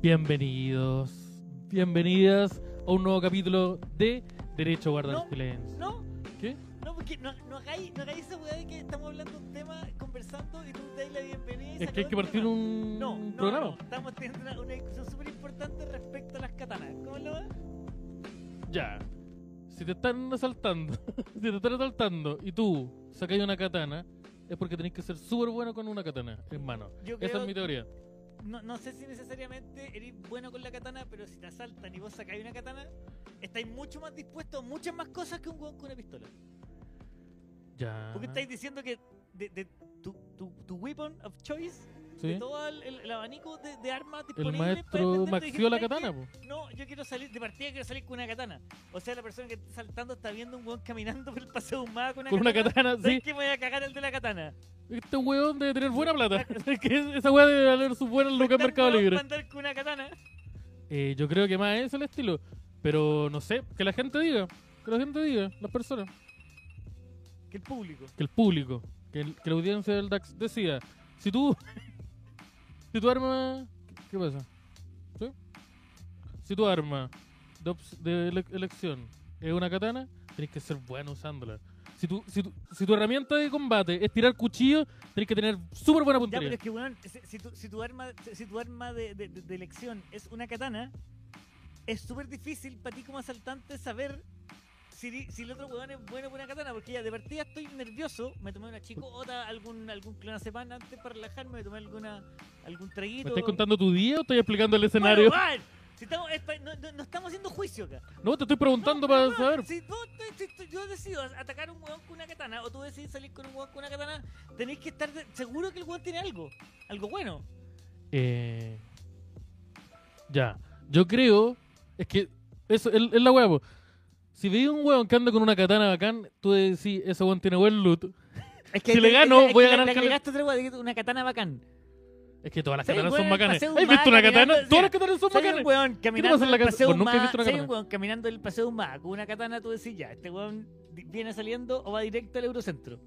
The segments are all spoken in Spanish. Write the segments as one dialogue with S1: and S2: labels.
S1: Bienvenidos, bienvenidas a un nuevo capítulo de Derecho a Guardar
S2: No.
S1: Silencio.
S2: No,
S1: ¿Qué?
S2: no, porque no, no hagáis, no hagáis esa weá de que estamos hablando de un tema, conversando y tú te das la bienvenida. y se
S1: Es que hay
S2: acabó
S1: que
S2: el
S1: partir
S2: tema.
S1: un
S2: No, no,
S1: programa.
S2: no, estamos teniendo una, una discusión súper importante respecto a las katanas. ¿Cómo lo va?
S1: Ya. Si te están asaltando, si te están asaltando y tú sacas una katana, es porque tenés que ser súper bueno con una katana en mano.
S2: Yo creo,
S1: Esa es mi teoría.
S2: no, no sé si necesariamente eres bueno con la katana, pero si te asaltan y vos sacáis una katana, estáis mucho más dispuestos a muchas más cosas que un weón con una pistola.
S1: Ya.
S2: Porque estáis diciendo que de, de tu, tu, tu weapon of choice,
S1: ¿Sí?
S2: de todo el, el- el abanico de, de armas
S1: El
S2: disponibles para
S1: maestro
S2: defenderte,
S1: maxió la
S2: dijiste, "¿Sabes qué?
S1: katana, po.
S2: No, yo quiero salir, de partida quiero salir con una katana. O sea, la persona que está saltando está viendo un weón caminando por el paseo humada con una
S1: Con una
S2: katana.
S1: katana, sí.
S2: ¿Sabes qué? Me voy a cagar el de la katana.
S1: Este weón debe tener buena plata. Es que esa weá debe valer su buena en lo que es
S2: Tan
S1: Mercado
S2: weón
S1: Libre.
S2: pa' andar con una katana.
S1: Eh, yo creo que más es el estilo. Pero no sé, que la gente diga. Que la gente diga, las personas.
S2: Que el público.
S1: Que el público, que, el- que la audiencia del DAX decida. Si tú. si tu arma. ¿Qué pasa? ¿Sí? Si tu arma de, ops- de ele- elección es una katana, tenés que ser bueno usándola. Si tu, si, tu, si tu herramienta de combate es tirar cuchillo, tenés que tener súper buena
S2: Ya,
S1: puntería.
S2: pero es que weón, si, si tu, si tu arma, si tu arma de, de- de- de elección es una katana, es súper difícil para ti como asaltante saber si, si el otro weón es bueno con una katana. Porque ya de partida estoy nervioso. Me tomé una chicota, algún, algún clonazepam antes para relajarme, me tomé alguna, algún
S1: ¿Me
S2: traguito.
S1: estás contando tu día o estoy explicando el escenario?
S2: Bueno, igual, si estamos- es pa- no, no- no estamos haciendo juicio acá.
S1: No, te estoy preguntando
S2: No,
S1: para
S2: pero,
S1: saber.
S2: Si tú- tú- si tú- yo decido atacar a un huevón con una katana o tú decides salir con un huevón con una katana, tenéis que estar de- seguro que el huevón tiene algo. Algo bueno.
S1: Eh, ya. Yo creo. Es que. Eso es, es la huevo. Si veis un hueón que anda con una katana bacán, tú decís, ese hueón tiene buen loot.
S2: Es
S1: Si le gano, voy a ganar
S2: Le,
S1: cal-
S2: agregaste otra hueá, dijiste, una katana bacán.
S1: Es que todas las
S2: Sí,
S1: katanas
S2: hueón,
S1: son bacanas.
S2: paseo
S1: ¿Has visto una
S2: humada
S1: katana?
S2: caminando,
S1: Todas las
S2: mira,
S1: katanas son
S2: Si hay un
S1: bacanas.
S2: hueón caminando
S1: pasa en
S2: en
S1: la
S2: el
S1: casa?
S2: paseo
S1: Pues nunca he
S2: humada-
S1: visto una
S2: si hay un
S1: katana.
S2: hueón caminando en el paseo humada con una katana, tú decís ya, este huevón di- viene saliendo o va directo al Eurocentro.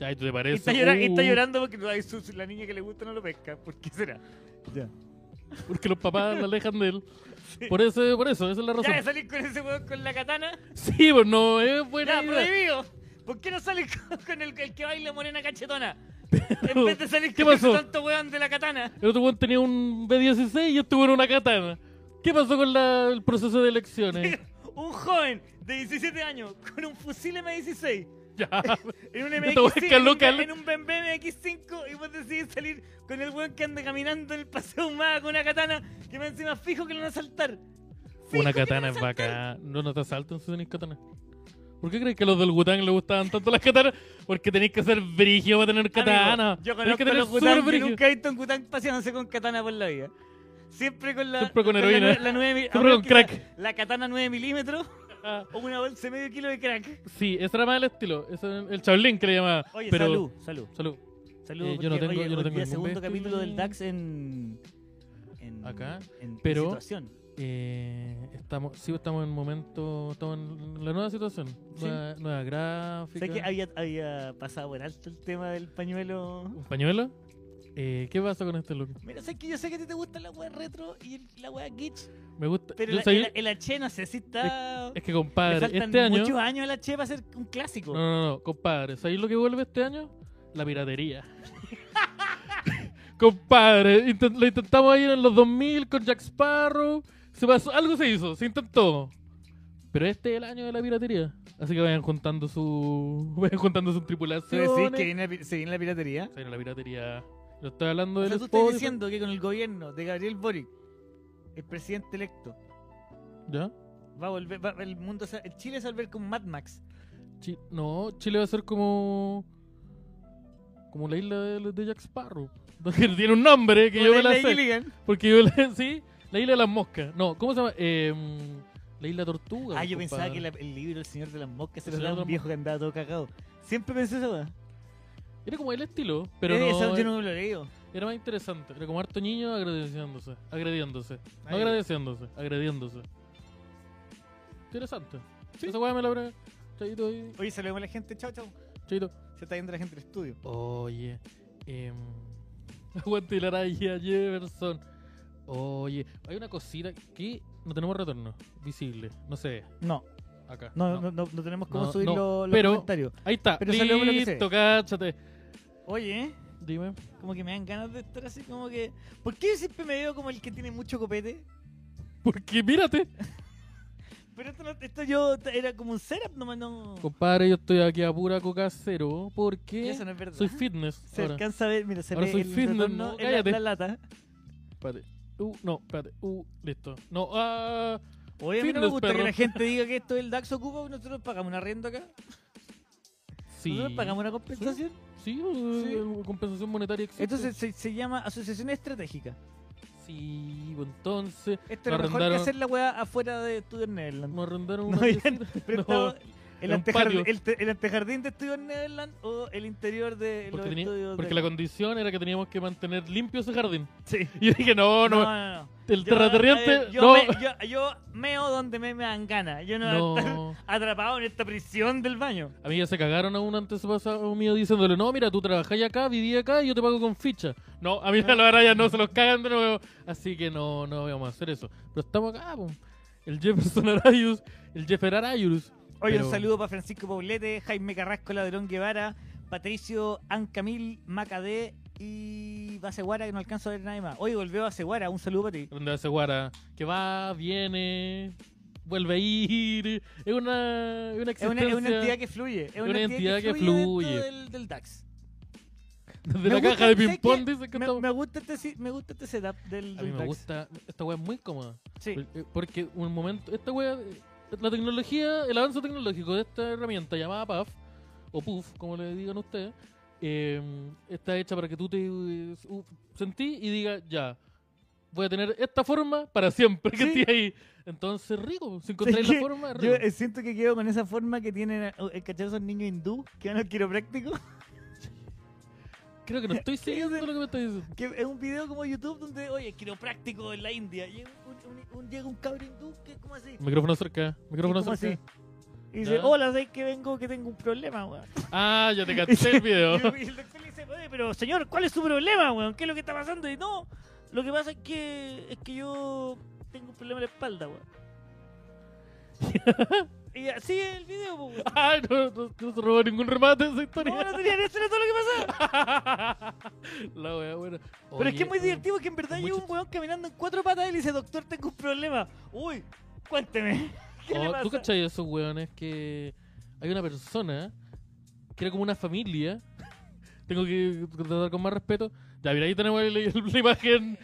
S1: Ay, tú te
S2: Y
S1: parece.
S2: está, llora- y está
S1: Uh,
S2: llorando porque ay, su- su- la niña que le gusta no lo pesca. ¿Por qué será?
S1: Porque los papás la alejan de él. Por eso, por eso, esa es la razón.
S2: Ya, salir con ese huevón con la katana.
S1: Sí, pues no es buena
S2: Ya,
S1: idea.
S2: prohibido. ¿Por qué no sales con, con el, el que baila morena cachetona? En vez de salir
S1: ¿Qué
S2: con
S1: pasó?
S2: el tanto weón de la katana.
S1: El otro hueón tenía un B16 y este hueón una katana. ¿Qué pasó con la- el proceso de elecciones?
S2: Un joven de 17 años con un fusil M16
S1: ya.
S2: en un
S1: Esta weá es que
S2: MX5 en, un-
S1: loca,
S2: en un BMW MX5 y vos decidís salir con el weón que anda caminando en el paseo humada con una katana que me encima fijo que lo van a saltar.
S1: Una katana es bacán. No, no te asaltan si tenéis katana. ¿Por qué crees que a los del Wutang les gustaban tanto las katanas? Porque tenéis que ser brigio para tener katana.
S2: Amigo,
S1: tenéis
S2: yo conozco
S1: que
S2: a
S1: tener
S2: los
S1: súper
S2: Gutang, que
S1: brigio.
S2: nunca he visto un Gutang paseándose con katana por la vida. Siempre con la.
S1: Siempre con
S2: la
S1: heroína.
S2: nue- La, 9
S1: Siempre con crack.
S2: La, katana 9 milímetros
S1: Ah,
S2: o una bolsa de medio kilo de crack.
S1: Sí, ese era más el estilo. Ese era el chablín que le llamaba.
S2: Oye,
S1: Pero,
S2: salud, salud.
S1: Salud.
S2: Salud.
S1: Eh, yo no
S2: porque,
S1: tengo-
S2: oye,
S1: yo no
S2: hoy
S1: tengo
S2: día
S1: ningún
S2: segundo
S1: vestido.
S2: capítulo del DAX en. en
S1: Acá,
S2: En
S1: pero-
S2: situación.
S1: Eh, estamos, sí, estamos en un momento. Estamos en la nueva situación.
S2: Sí.
S1: Nueva, nueva gráfica.
S2: ¿Sabes que había, había pasado por alto el tema del pañuelo?
S1: ¿Un pañuelo? Eh, ¿Qué pasa con este look?
S2: Mira, sabes que yo sé que a ti te gusta la wea retro y el- la wea kitsch,
S1: Me gusta.
S2: pero
S1: yo
S2: la-
S1: sabía-
S2: el, el H no sé si está.
S1: es que,
S2: le
S1: compadre,
S2: faltan
S1: este año.
S2: muchos años a la H para ser un clásico.
S1: No, no, no, compadre, ¿sabéis lo que vuelve este año? La piratería. compadre, intent- lo intentamos ahí en los 2000 con Jack Sparrow. Se pasó, algo se hizo, se intentó. Pero este es el año de la piratería. Así que vayan juntando su. Vayan juntando su
S2: ¿Tú
S1: tripulación.
S2: decís que viene la pi- se viene la piratería?
S1: la piratería. Lo estoy hablando
S2: O
S1: del
S2: sea, tú estás
S1: Spotify.
S2: diciendo que con el gobierno de Gabriel Boric, el presidente electo,
S1: ¿Ya?
S2: va a volver, va- el mundo, se- el Chile se va a volver con Mad Max.
S1: Chi- no, Chile va a ser como. Como la isla de, de Jack Sparrow. Que tiene un nombre que
S2: Como
S1: yo me
S2: la
S1: la
S2: isla de
S1: sé.
S2: Gilligan.
S1: Porque yo le- sí, la isla de las moscas. No, ¿cómo se llama? Eh, mm, la isla tortuga.
S2: Ah,
S1: compadre.
S2: yo pensaba que la- el libro El Señor de las Moscas se
S1: El
S2: lo
S1: Señor
S2: daba
S1: de
S2: un
S1: las
S2: viejo que andaba todo cagado. Siempre pensé eso, weón.
S1: Era como el estilo, pero
S2: Eh,
S1: no,
S2: eso yo no me lo he leído.
S1: Era más interesante. Era como harto niño agradeciéndose. Agrediéndose. No
S2: Ahí.
S1: agradeciéndose, agrediéndose. Interesante. Esa weá me la habrá. Chaito ahí.
S2: Oye, saludemos a la gente, chao, chao.
S1: Chaito.
S2: Se está yendo la gente al estudio.
S1: Oye. em, Aguante la raya Jefferson. Oye, hay una cosita que no tenemos retorno visible. No sé,
S2: No,
S1: acá.
S2: no, no, no- no tenemos cómo
S1: No,
S2: subir
S1: no,
S2: los, los
S1: pero-
S2: comentarios.
S1: Ahí está.
S2: Pero salió por lo que sé.
S1: Listo, cáchate.
S2: Oye, ¿eh?
S1: Dime.
S2: como que me dan ganas de estar así como que... ¿Por qué yo siempre me veo como el que tiene mucho copete?
S1: Porque mírate.
S2: Pero esto, no- esto yo t- era como un setup nomás, no...
S1: Compadre, yo estoy aquí a pura coca cero porque
S2: Eso no es verdad.
S1: soy fitness.
S2: se
S1: ahora.
S2: alcanza a ver, mira, se
S1: Ahora
S2: ve
S1: soy
S2: el
S1: fitness,
S2: retorno
S1: no,
S2: en la,
S1: cállate.
S2: la lata.
S1: Espérate. Uh, no, espérate. Uh, listo. No, ah.
S2: Oye, a mí no me
S1: Fitness,
S2: gusta que
S1: perro.
S2: la gente diga que esto es el DAX ocupa, nosotros pagamos un arriendo acá.
S1: Sí.
S2: Nosotros pagamos una compensación.
S1: Sí, eh, compensación monetaria existe.
S2: Esto se, se- se llama asociación estratégica.
S1: Sí, pues, entonces
S2: Esto
S1: Nos
S2: es lo mejor que
S1: arrendaron-
S2: hacer la weá afuera de Estudio Netherland.
S1: nos arrendaron
S2: No
S1: una
S2: habían
S1: piecita.
S2: prestado el,
S1: era un
S2: antejar-
S1: patio.
S2: el te- el antejardín de Estudio Netherland o el interior de los
S1: porque, tenía-
S2: estudios
S1: porque
S2: de-
S1: la condición era que teníamos que mantener limpio ese jardín.
S2: Sí.
S1: Y yo dije, no, no,
S2: no, no.
S1: el
S2: Yo- a
S1: terrateniente
S2: ver, yo,
S1: no,
S2: me- yo, yo meo donde me, me dan ganas. Yo no, voy a estar
S1: no.
S2: atrapado en esta prisión del baño.
S1: A mí ya se cagaron a un antepasado mío diciéndole, no, mira, tú trabajáis acá, viví acá y yo te pago con ficha. No, a mí la verdad ya no se los cagan de nuevo. Así que no, no vamos a hacer eso. Pero estamos acá, po. El Jefferson Arayus, el Jeffer Arayus.
S2: Oye,
S1: Pero-
S2: un saludo para Francisco Poblete, Jaime Carrasco, Ladrón Guevara, Patricio Ancamil, Macadé y Baseguara, que no alcanzo a ver nadie más. Oye, volvió Baseguara, un saludo para ti.
S1: Donde hace Guara, que va, viene, vuelve a ir. Es una, es una
S2: Es una,
S1: existencia
S2: es una entidad que fluye. Es una, entidad, que fluye. dentro Del, del DAX.
S1: desde
S2: Me
S1: la
S2: gusta,
S1: caja de
S2: ¿sabes
S1: ping-pong.
S2: qué?
S1: Dicen que
S2: me,
S1: estamos-
S2: me gusta este, si- me gusta este setup del,
S1: A mí
S2: del
S1: me
S2: DAX.
S1: gusta, esta wea es muy cómoda.
S2: Sí.
S1: Por- eh, Porque un momento, esta wea, eh, la tecnología, el avance tecnológico de esta herramienta llamada PAF, o PUF, como le digan ustedes, eh, está hecha para que tú te eh, u- sentí y digas, ya, voy a tener esta forma para siempre que
S2: Sí.
S1: esté ahí. Entonces, rico, pues, si encontráis
S2: Sí,
S1: la forma, es
S2: Yo
S1: rico.
S2: eh, siento que quedo con esa forma que tienen, eh, ¿cachai? Esos niños hindú que van al quiropráctico.
S1: Creo que no estoy
S2: ¿Qué
S1: siguiendo
S2: dicen?
S1: lo que me estás diciendo.
S2: Que es un video como YouTube donde, oye, quiropráctico en la India. Y un- un- un- llega un cabro hindú que es como así.
S1: Micrófono cerca, micrófono
S2: ¿Cómo
S1: cerca.
S2: así? Y dice,
S1: Ya.
S2: hola, ¿sabes que vengo? Que tengo un problema, weón.
S1: Ah, ya te capté el video.
S2: Y el doctor le dice, oye, pero señor, ¿cuál es su problema, weón? ¿Qué es lo que está pasando? Y no, lo que pasa es que, es que yo tengo un problema en la espalda, weón. y así es el video, po, weón.
S1: Ay, no, no, no se robó ningún remate de esa historia.
S2: No, no tenían eso, era todo lo que pasaba.
S1: La wea buena.
S2: Pero es que
S1: Oye,
S2: es
S1: oye.
S2: muy
S1: em,
S2: divertido que en verdad
S1: con
S2: llega un
S1: mucho-
S2: weón caminando en cuatro patas y le dice, doctor, tengo un problema. Uy, cuénteme. ¿Qué le
S1: Oh,
S2: pasa?
S1: ¿Tú cachai esos weones que hay una persona que era como una familia? Tengo que tratar con más respeto. Ya, mira, ahí tenemos el- el- la imagen.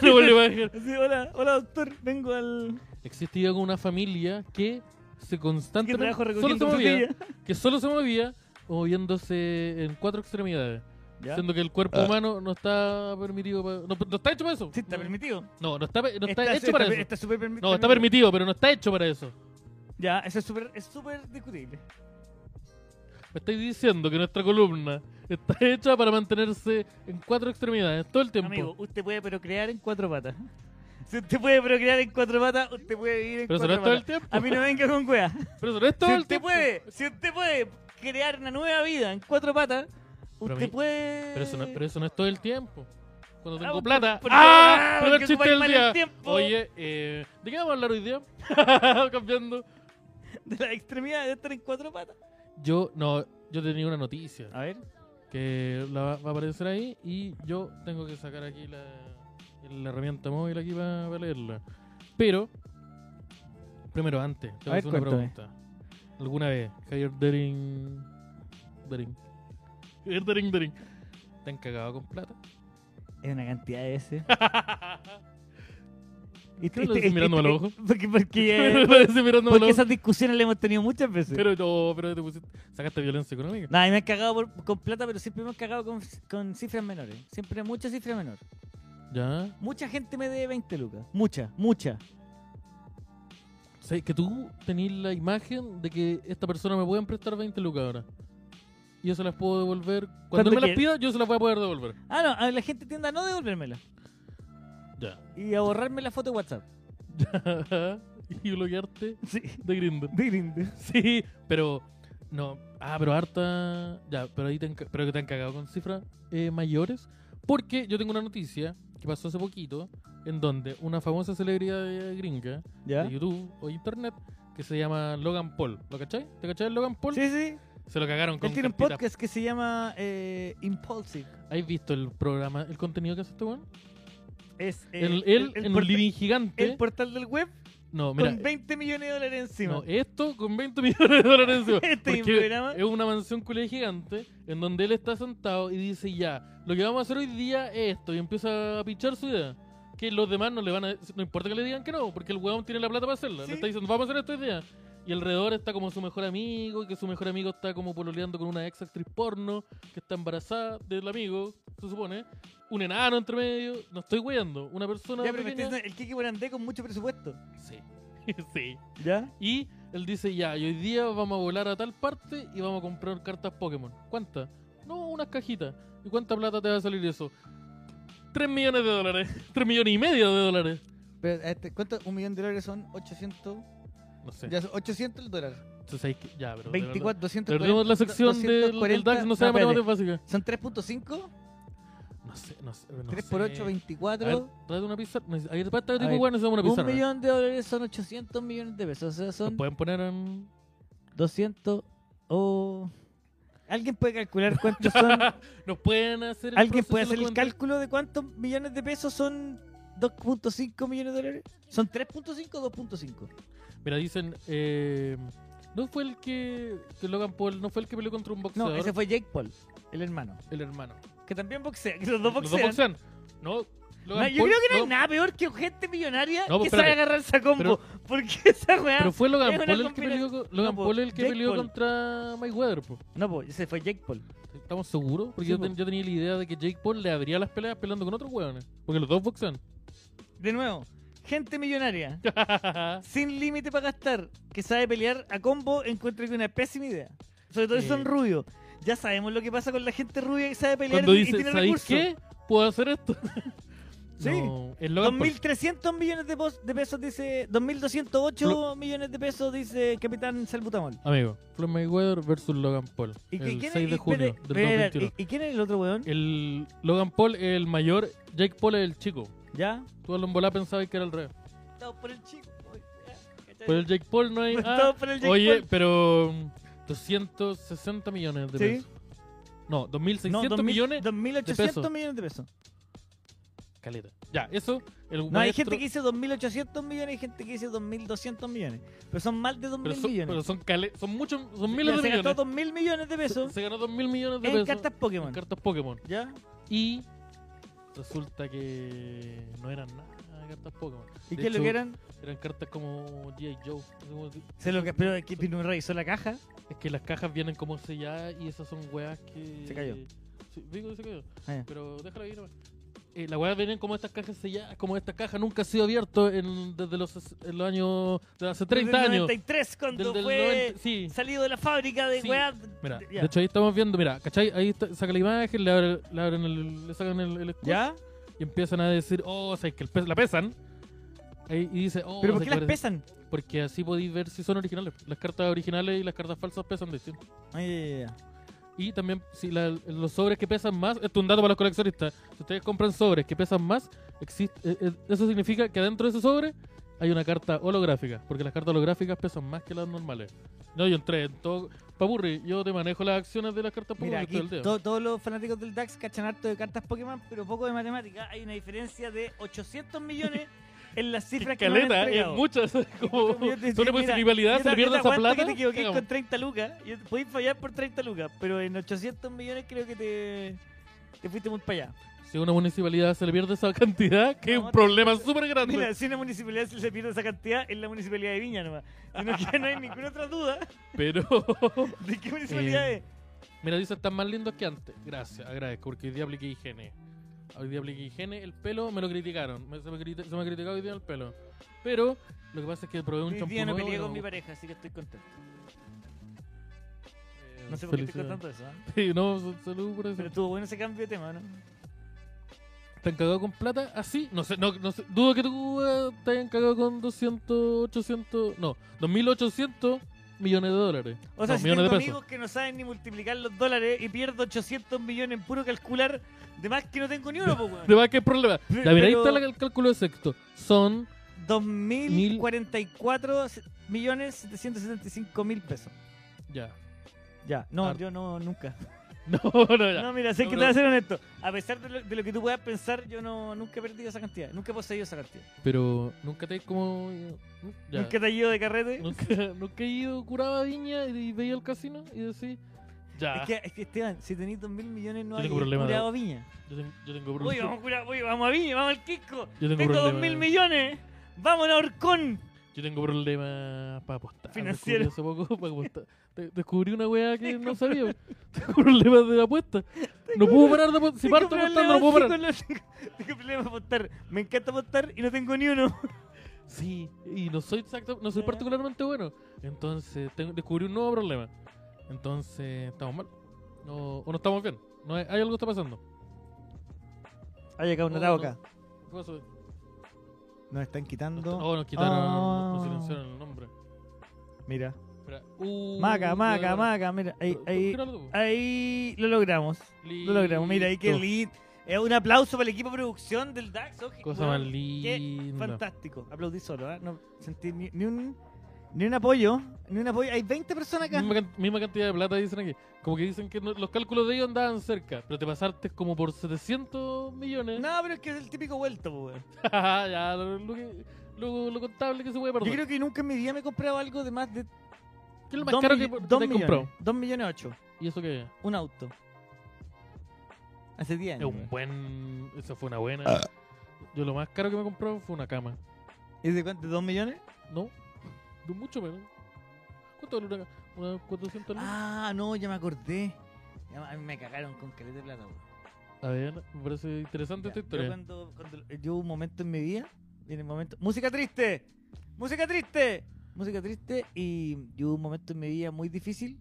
S1: Tenemos la imagen.
S2: Así, hola, hola doctor, vengo al
S1: Existía como una familia que se
S2: que
S1: constantemente.
S2: trabajo
S1: solo se
S2: recogiendo
S1: movía.
S2: tortillas.
S1: Que solo se movía moviéndose en cuatro extremidades.
S2: ¿Ya?
S1: Siendo que el cuerpo humano no está permitido. pa- no, no está hecho para eso.
S2: Sí, está
S1: No,
S2: permitido.
S1: No, no está, pe- no está hecho para eso.
S2: Está súper permi-
S1: no, está permitido, pero no está hecho para eso.
S2: Ya, eso es súper es súper discutible.
S1: Me estáis diciendo que nuestra columna está hecha para mantenerse en cuatro extremidades todo el tiempo.
S2: Amigo, usted puede procrear en cuatro patas. Si usted puede procrear en cuatro patas, usted puede vivir en
S1: pero eso no
S2: cuatro
S1: es todo el tiempo.
S2: patas. A mí no venga con weas.
S1: Pero eso no es todo
S2: Si
S1: el
S2: usted
S1: tiempo.
S2: puede, si usted puede crear una nueva vida en cuatro patas,
S1: Pero a
S2: usted
S1: mí-
S2: puede.
S1: Pero eso, no, pero eso no es todo el tiempo. Cuando
S2: Ah,
S1: tengo
S2: porque-
S1: plata.
S2: porque-
S1: ¡Ah!
S2: ah,
S1: Primer
S2: porque
S1: chiste
S2: ocupáis
S1: del
S2: mal
S1: día.
S2: el tiempo.
S1: Oye, eh, ¿de qué vamos a hablar hoy día? Cambiando.
S2: De la extremidad de estar en cuatro patas.
S1: Yo, no, yo tenía una noticia
S2: A ver.
S1: que la va, va a aparecer ahí y yo tengo que sacar aquí la, la herramienta móvil aquí para, leerla. Pero, primero, antes, te voy
S2: A
S1: a
S2: ver,
S1: hacer una
S2: cuéntame.
S1: pregunta. ¿Alguna vez, Javier Dering... Dering... Javier Dering Dering... ¿Te han cagado con plata?
S2: Es una cantidad de veces. ¿Y
S1: qué no lo decís mirándome al ojo?
S2: este, Porque, porque, eh,
S1: Lo decís mirándome a
S2: porque
S1: los ojos.
S2: esas discusiones las hemos tenido muchas veces.
S1: Pero no, pero te pusiste... Sacaste violencia económica.
S2: Nada, y me han cagado por- con plata, pero siempre me han cagado con, con cifras menores. Siempre muchas cifras menores.
S1: Ya.
S2: Mucha gente me debe 20 lucas. Mucha, mucha.
S1: Sé que tú tenés la imagen de que esta persona me pueden prestar 20 lucas ahora. Y yo se las puedo devolver. Cuando
S2: Cuando
S1: él me las
S2: quiera.
S1: pida, yo se las voy a poder devolver.
S2: Ah, no, a la gente tiende a no devolvérmela.
S1: Ya.
S2: Y a borrarme la foto de WhatsApp.
S1: y bloquearte
S2: Sí.
S1: de Grindr.
S2: De grinde.
S1: Sí, pero. No. Ah, pero harta. Ya, pero ahí te han, ca- pero que te han cagado con cifras eh, mayores. Porque yo tengo una noticia que pasó hace poquito, en donde una famosa celebridad eh, gringa
S3: ¿Ya?
S1: de YouTube o internet que se llama Logan Paul. ¿Lo cachai? ¿Te cachai el Logan Paul?
S2: Sí, sí.
S1: Se lo cagaron con
S2: Él tiene un
S1: cartitas.
S2: podcast que se llama eh, Impulsive.
S1: ¿Has visto el programa, el contenido que hace este weón?
S2: Es eh,
S1: el, él en un
S2: porta-
S1: living gigante.
S2: el portal del web
S1: no, mira. eh,
S2: con 20 millones de dólares encima.
S1: No, esto con 20 millones de dólares encima.
S2: Este
S1: Porque
S2: programa.
S1: es una mansión culia gigante en donde él está sentado y dice ya, lo que vamos a hacer hoy día es esto y empieza a pichar su idea. Que los demás no le van a no importa que le digan que no, porque el huevón tiene la plata para hacerla.
S2: Sí.
S1: Le está diciendo, vamos a hacer esto hoy día. Y alrededor está como su mejor amigo, y que su mejor amigo está como pololeando con una ex actriz porno, que está embarazada del amigo, se supone. Un enano entre medio, no estoy weyando, una persona
S2: ya, pero me
S1: pequeña.
S2: estás diciendo, el Kiki Morandé con mucho presupuesto.
S1: Sí, sí.
S3: ¿Ya?
S1: Y él dice, ya, y hoy día vamos a volar a tal parte y vamos a comprar cartas Pokémon. ¿Cuántas? No, unas cajitas. ¿Y cuánta plata te va a salir eso? 3 millones de dólares. 3 millones y medio de dólares.
S3: Pero, este, ¿Cuánto? Un millón de dólares son 800.
S1: No sé. Ya,
S3: Ya son 800 el dólar.
S1: Entonces, hay que- ya pero... de verdad.
S3: 24, 240.
S1: Perdimos la sección del,
S3: 240,
S1: del DAX, no sé, de
S3: espérate.
S1: matemáticas básicas.
S3: Son 3.5,
S1: No sé, no sé. No
S3: 3
S1: sé.
S3: por 8,
S1: A ver,
S3: 24.
S1: tráete una pizarra. Neces- Ahí para este tipo
S3: ver,
S1: de weón necesitamos una
S3: Un
S1: pizarra.
S3: millón de dólares son 800 millones de pesos. O sea,
S1: ¿Nos
S3: son
S1: pueden poner en...?
S3: 200 o... ¿Alguien puede calcular cuántos son?
S1: ¿Nos pueden hacer el
S3: ¿Alguien
S1: proceso
S3: puede
S1: de
S3: hacer el
S1: cuenta?
S3: cálculo de cuántos millones de pesos son 2.5 millones de dólares? ¿Son 3.5 o 2.5?
S1: Mira, dicen... eh, no fue el que, que Logan Paul, no fue el que peleó contra un
S3: No,
S1: boxeador.
S3: ese fue Jake Paul, el hermano.
S1: El hermano.
S2: Que también boxea, que los dos
S1: Los dos
S2: boxean.
S1: boxean. No, Logan
S2: No, yo
S1: Paul-
S2: creo que no hay
S1: no,
S2: nada peor que gente millonaria
S1: No, pues,
S2: que sabe
S1: espérate.
S2: agarrarse a combo. Porque esa weá.
S1: Pero fue Logan
S2: Es una
S1: Paul el que peleó,
S2: combinación.
S1: con- Logan
S2: po,
S1: Paul el que
S2: Jake
S1: peleó
S2: Paul.
S1: contra Mayweather, po.
S2: No, pues ese fue Jake Paul.
S1: ¿Estamos seguros? Porque
S2: Sí,
S1: yo,
S2: po.
S1: ten- yo tenía la idea de que Jake Paul le abría las peleas peleando con otros hueones. Porque los dos boxean.
S2: De nuevo, gente millonaria, sin límite para gastar, que sabe pelear a combo, encuentro que es una pésima idea. Sobre todo si
S1: Eh.
S2: son rubios. Ya sabemos lo que pasa con la gente rubia que sabe pelear
S1: Cuando
S2: y- y
S1: dice,
S2: tiene
S1: ¿sabéis
S2: recursos.
S1: qué? ¿Puedo hacer esto?
S2: Sí.
S1: No, el Logan Paul.
S2: 2.300 millones de, pos- de pesos dice. 2.208 millones de pesos dice Capitán Salbutamol.
S1: Amigo, Floyd Mayweather versus Logan Paul.
S2: ¿Y, que-
S1: el
S2: quién es-
S1: 6 de
S2: y-
S1: junio
S2: espera,
S1: del
S2: espera,
S1: 2021.
S2: ¿y, y quién es el otro weón?
S1: El Logan Paul es el mayor, Jake Paul es el chico.
S2: ¿Ya?
S1: Tú a lo embolá pensabas que era el rey.
S2: Todo por el chico. oye, ¿cachai?
S1: Pero el Jake Paul no hay... ah,
S2: Todo por el Jake
S1: Oye,
S2: Paul.
S1: pero mm, 260 millones de
S2: Sí.
S1: pesos. No, 2.600
S2: No, 2000
S1: millones.
S2: 2.800 millones de pesos.
S1: Caleta. Ya, eso. El
S2: No, hay
S1: maestro-
S2: gente que dice 2.800 millones y gente que dice 2.200 millones. Pero son más de 2.000
S1: pero son, pero
S2: millones.
S1: son, cale- son muchos, son
S2: Ya
S1: miles de
S2: se
S1: millones.
S2: gastó 2.000 millones de pesos
S1: Se ganó 2.000 millones de
S2: en
S1: pesos
S2: cartas Pokémon.
S1: en cartas Pokémon.
S2: ¿Ya?
S1: Y resulta que no eran nada de cartas Pokémon.
S2: ¿Y
S1: De
S2: qué es lo
S1: hecho,
S2: que eran?
S1: Eran cartas como G.I. Joe. así como-
S2: Se lo que, pero es que Pino revisó la caja.
S1: Es que las cajas vienen como selladas y esas son weas que.
S3: Se cayó.
S1: Sí, digo que se cayó.
S3: Ah, ya.
S1: Pero déjalo ahí nomás. Eh, las weas vienen como estas cajas selladas, como esta caja nunca ha sido abierto en, desde los, en los años. desde hace 30
S2: Desde el
S1: años.
S2: 93 cuando
S1: Del- del
S2: fue
S1: 90 sí.
S2: salido de la fábrica de
S1: Sí.
S2: weá.
S1: Mira,
S2: Ya.
S1: de hecho ahí estamos viendo, mira, ¿cachai? Ahí está- saca la imagen, le, abre- le abren el- le sacan el, el escudo
S3: ¿Ya?
S1: y empiezan a decir, oh, o sea, es que el pes- la pesan. Ahí, y dice, oh,
S2: ¿Pero
S1: o
S2: por
S1: sea,
S2: qué
S1: que parece-
S2: las pesan?
S1: Porque así podéis ver si son originales. Las cartas originales y las cartas falsas pesan distinto.
S3: Ay, ya, ya.
S1: Y también, si la- los sobres que pesan más, esto es un dato para los coleccionistas, si ustedes compran sobres que pesan más, existe, eh, eh, eso significa que adentro de ese sobre hay una carta holográfica, porque las cartas holográficas pesan más que las normales. No, yo entré en todo... Papurri, yo te manejo las acciones de las cartas
S2: Mira,
S1: Papurri todo
S2: aquí
S1: el día.
S2: to- todos los fanáticos del DAX cachan harto de cartas Pokémon, pero poco de matemática. Hay una diferencia de 800 millones en las cifras que, nos han
S1: Caleta, es
S2: entregado.
S1: muchas. Como,
S2: Yo te-
S1: son
S2: mira,
S1: una
S2: yo
S1: rivalidad, se le
S2: también
S1: pierde
S2: te
S1: esa
S2: aguanto
S1: plata.
S2: que te equivoqué
S1: cagamos.
S2: con 30 lucas. Yo- Podéis fallar por 30 lucas, pero en 800 millones creo que te, te fuiste muy para allá.
S1: Si a una municipalidad se le pierde esa cantidad, que es
S2: No,
S1: un
S2: te-
S1: problema súper grande.
S2: Mira, si una municipalidad se pierde esa cantidad, es la municipalidad de Viña nomás. Sino que no hay ninguna otra duda
S1: Pero,
S2: de qué municipalidad
S1: Eh,
S2: es.
S1: mira, dice, están más lindos que antes. Gracias, agradezco, porque hoy día apliqué higiene. Hoy día apliqué higiene, el pelo me lo criticaron. Me- se, me criti- se me ha criticado hoy día el pelo. Pero, lo que pasa es que probé un
S2: Hoy
S1: champú
S2: día no
S1: nuevo y
S2: peleé
S1: no
S2: con
S1: me
S2: mi
S1: gusta.
S2: pareja, así que estoy contento.
S1: Eh,
S2: No sé por qué estoy
S1: felicidades.
S2: contando eso, ¿eh?
S1: Sí, no, sal- salud por eso.
S2: pero estuvo bueno ese cambio de tema, ¿no?
S1: ¿Te han cagado con plata? Así. No sé, no, no sé. Dudo que tú eh, te hayan cagado con 200, 800. No, 2800 millones de dólares.
S2: O sea,
S1: No,
S2: si
S1: millones
S2: tengo
S1: de pesos.
S2: amigos que no saben ni multiplicar los dólares y pierdo 800 millones en puro calcular, de más que no tengo ni uno, pues,
S1: De
S2: weón.
S1: verdad, ¿qué problema?
S2: Pero-
S1: La verdad, ahí está
S2: pero-
S1: la- el cálculo exacto. Son
S2: 2.044 millones 775 mil pesos.
S1: Ya.
S2: Ya, no,
S1: Ar-
S2: yo no, nunca.
S1: No, no, ya.
S2: No, mira, sé
S1: No,
S2: que
S1: pero-
S2: te voy a ser honesto. A pesar de lo, de lo que tú puedas pensar, yo no, nunca he perdido esa cantidad. Nunca he poseído esa cantidad.
S1: Pero nunca te como. Ya.
S2: Nunca te he ido de carrete.
S1: Nunca, nunca he ido curaba viña y, y veía el casino y decís, ya.
S2: Es, que, es que, Esteban, si tenés 2.000 millones no
S1: Yo
S2: hay
S1: tengo problema de-
S2: curado a Viña.
S1: yo, tengo, yo tengo
S2: Uy,
S1: problemas.
S2: vamos a curar, uy, vamos a Viña, vamos al Quisco.
S1: Yo tengo
S2: Tengo
S1: problema.
S2: 2.000 millones. Vamos a Horcón.
S1: Yo tengo problemas para apostar.
S2: Financiero.
S1: Descubrí hace poco para apostar. De- descubrí una weá que no sabía. tengo problemas de apuesta. No puedo parar de apostar. Si
S2: Tengo
S1: parto apostando, no
S2: problemas
S1: puedo parar.
S2: psicológicos. Tengo problemas para apostar. Me encanta apostar y no tengo ni uno.
S1: Sí, y no soy exacto, no soy
S2: Ya.
S1: particularmente bueno. Entonces, tengo- descubrí un nuevo problema. Entonces, estamos mal. No, o no estamos bien. No hay, hay algo que está pasando.
S3: Ha llegado
S1: No,
S3: una nabo
S1: no.
S3: acá.
S1: ¿Qué pasó?
S3: Nos están quitando.
S1: Oh, nos quitaron, nos
S3: Ah.
S1: silenciaron el nombre.
S3: Mira.
S1: Espera. Uh,
S3: Maca, maca,
S1: ya.
S3: maca. Mira, ahí,
S1: Pero,
S3: ahí,
S1: gíralo tú.
S2: Ahí lo logramos. Lo logramos. Mira, ahí qué
S1: Listo.
S2: lindo. Eh, un aplauso para el equipo de producción del DAX. Oje,
S1: Cosa
S2: weón,
S1: más linda.
S2: Qué fantástico. Aplaudí solo, ¿eh? No sentí ni, ni un, ni un apoyo. Ni un apoyo. Hay 20 personas acá.
S1: Misma, can- misma cantidad de plata dicen aquí. Como que dicen que no- los cálculos de ellos andaban cerca, pero te pasaste como por 700 millones.
S2: No, pero es que es el típico vuelto, po, weón.
S1: ya, lo, lo que- lo- lo contable que se puede perder.
S2: Yo creo que nunca en mi vida me he comprado algo de más de
S1: ¿Qué es lo más
S2: 2
S1: caro que, que te has
S2: millones.
S1: comprado?
S2: 2 millones 8.
S1: ¿Y eso qué es?
S2: Un auto. Hace 10
S1: Es
S2: años.
S1: un
S2: weón.
S1: buen. Esa fue una buena. Yo lo más caro que me compró fue una cama.
S2: ¿Y de cuánto? ¿2 millones?
S1: ¿No? De mucho menos. ¿Cuánto vale una cama? ¿Unas 400 lucas?
S2: Ah, no, ya me acordé. Ya, a mí me cagaron con caleta de plata, weón.
S1: A ver, me parece interesante
S2: Ya,
S1: esta
S2: yo
S1: historia.
S2: cuando- cuando- yo hubo un momento en mi vida, y en el momento... ¡Música triste! ¡Música triste! Música triste y yo hubo un momento en mi vida muy difícil.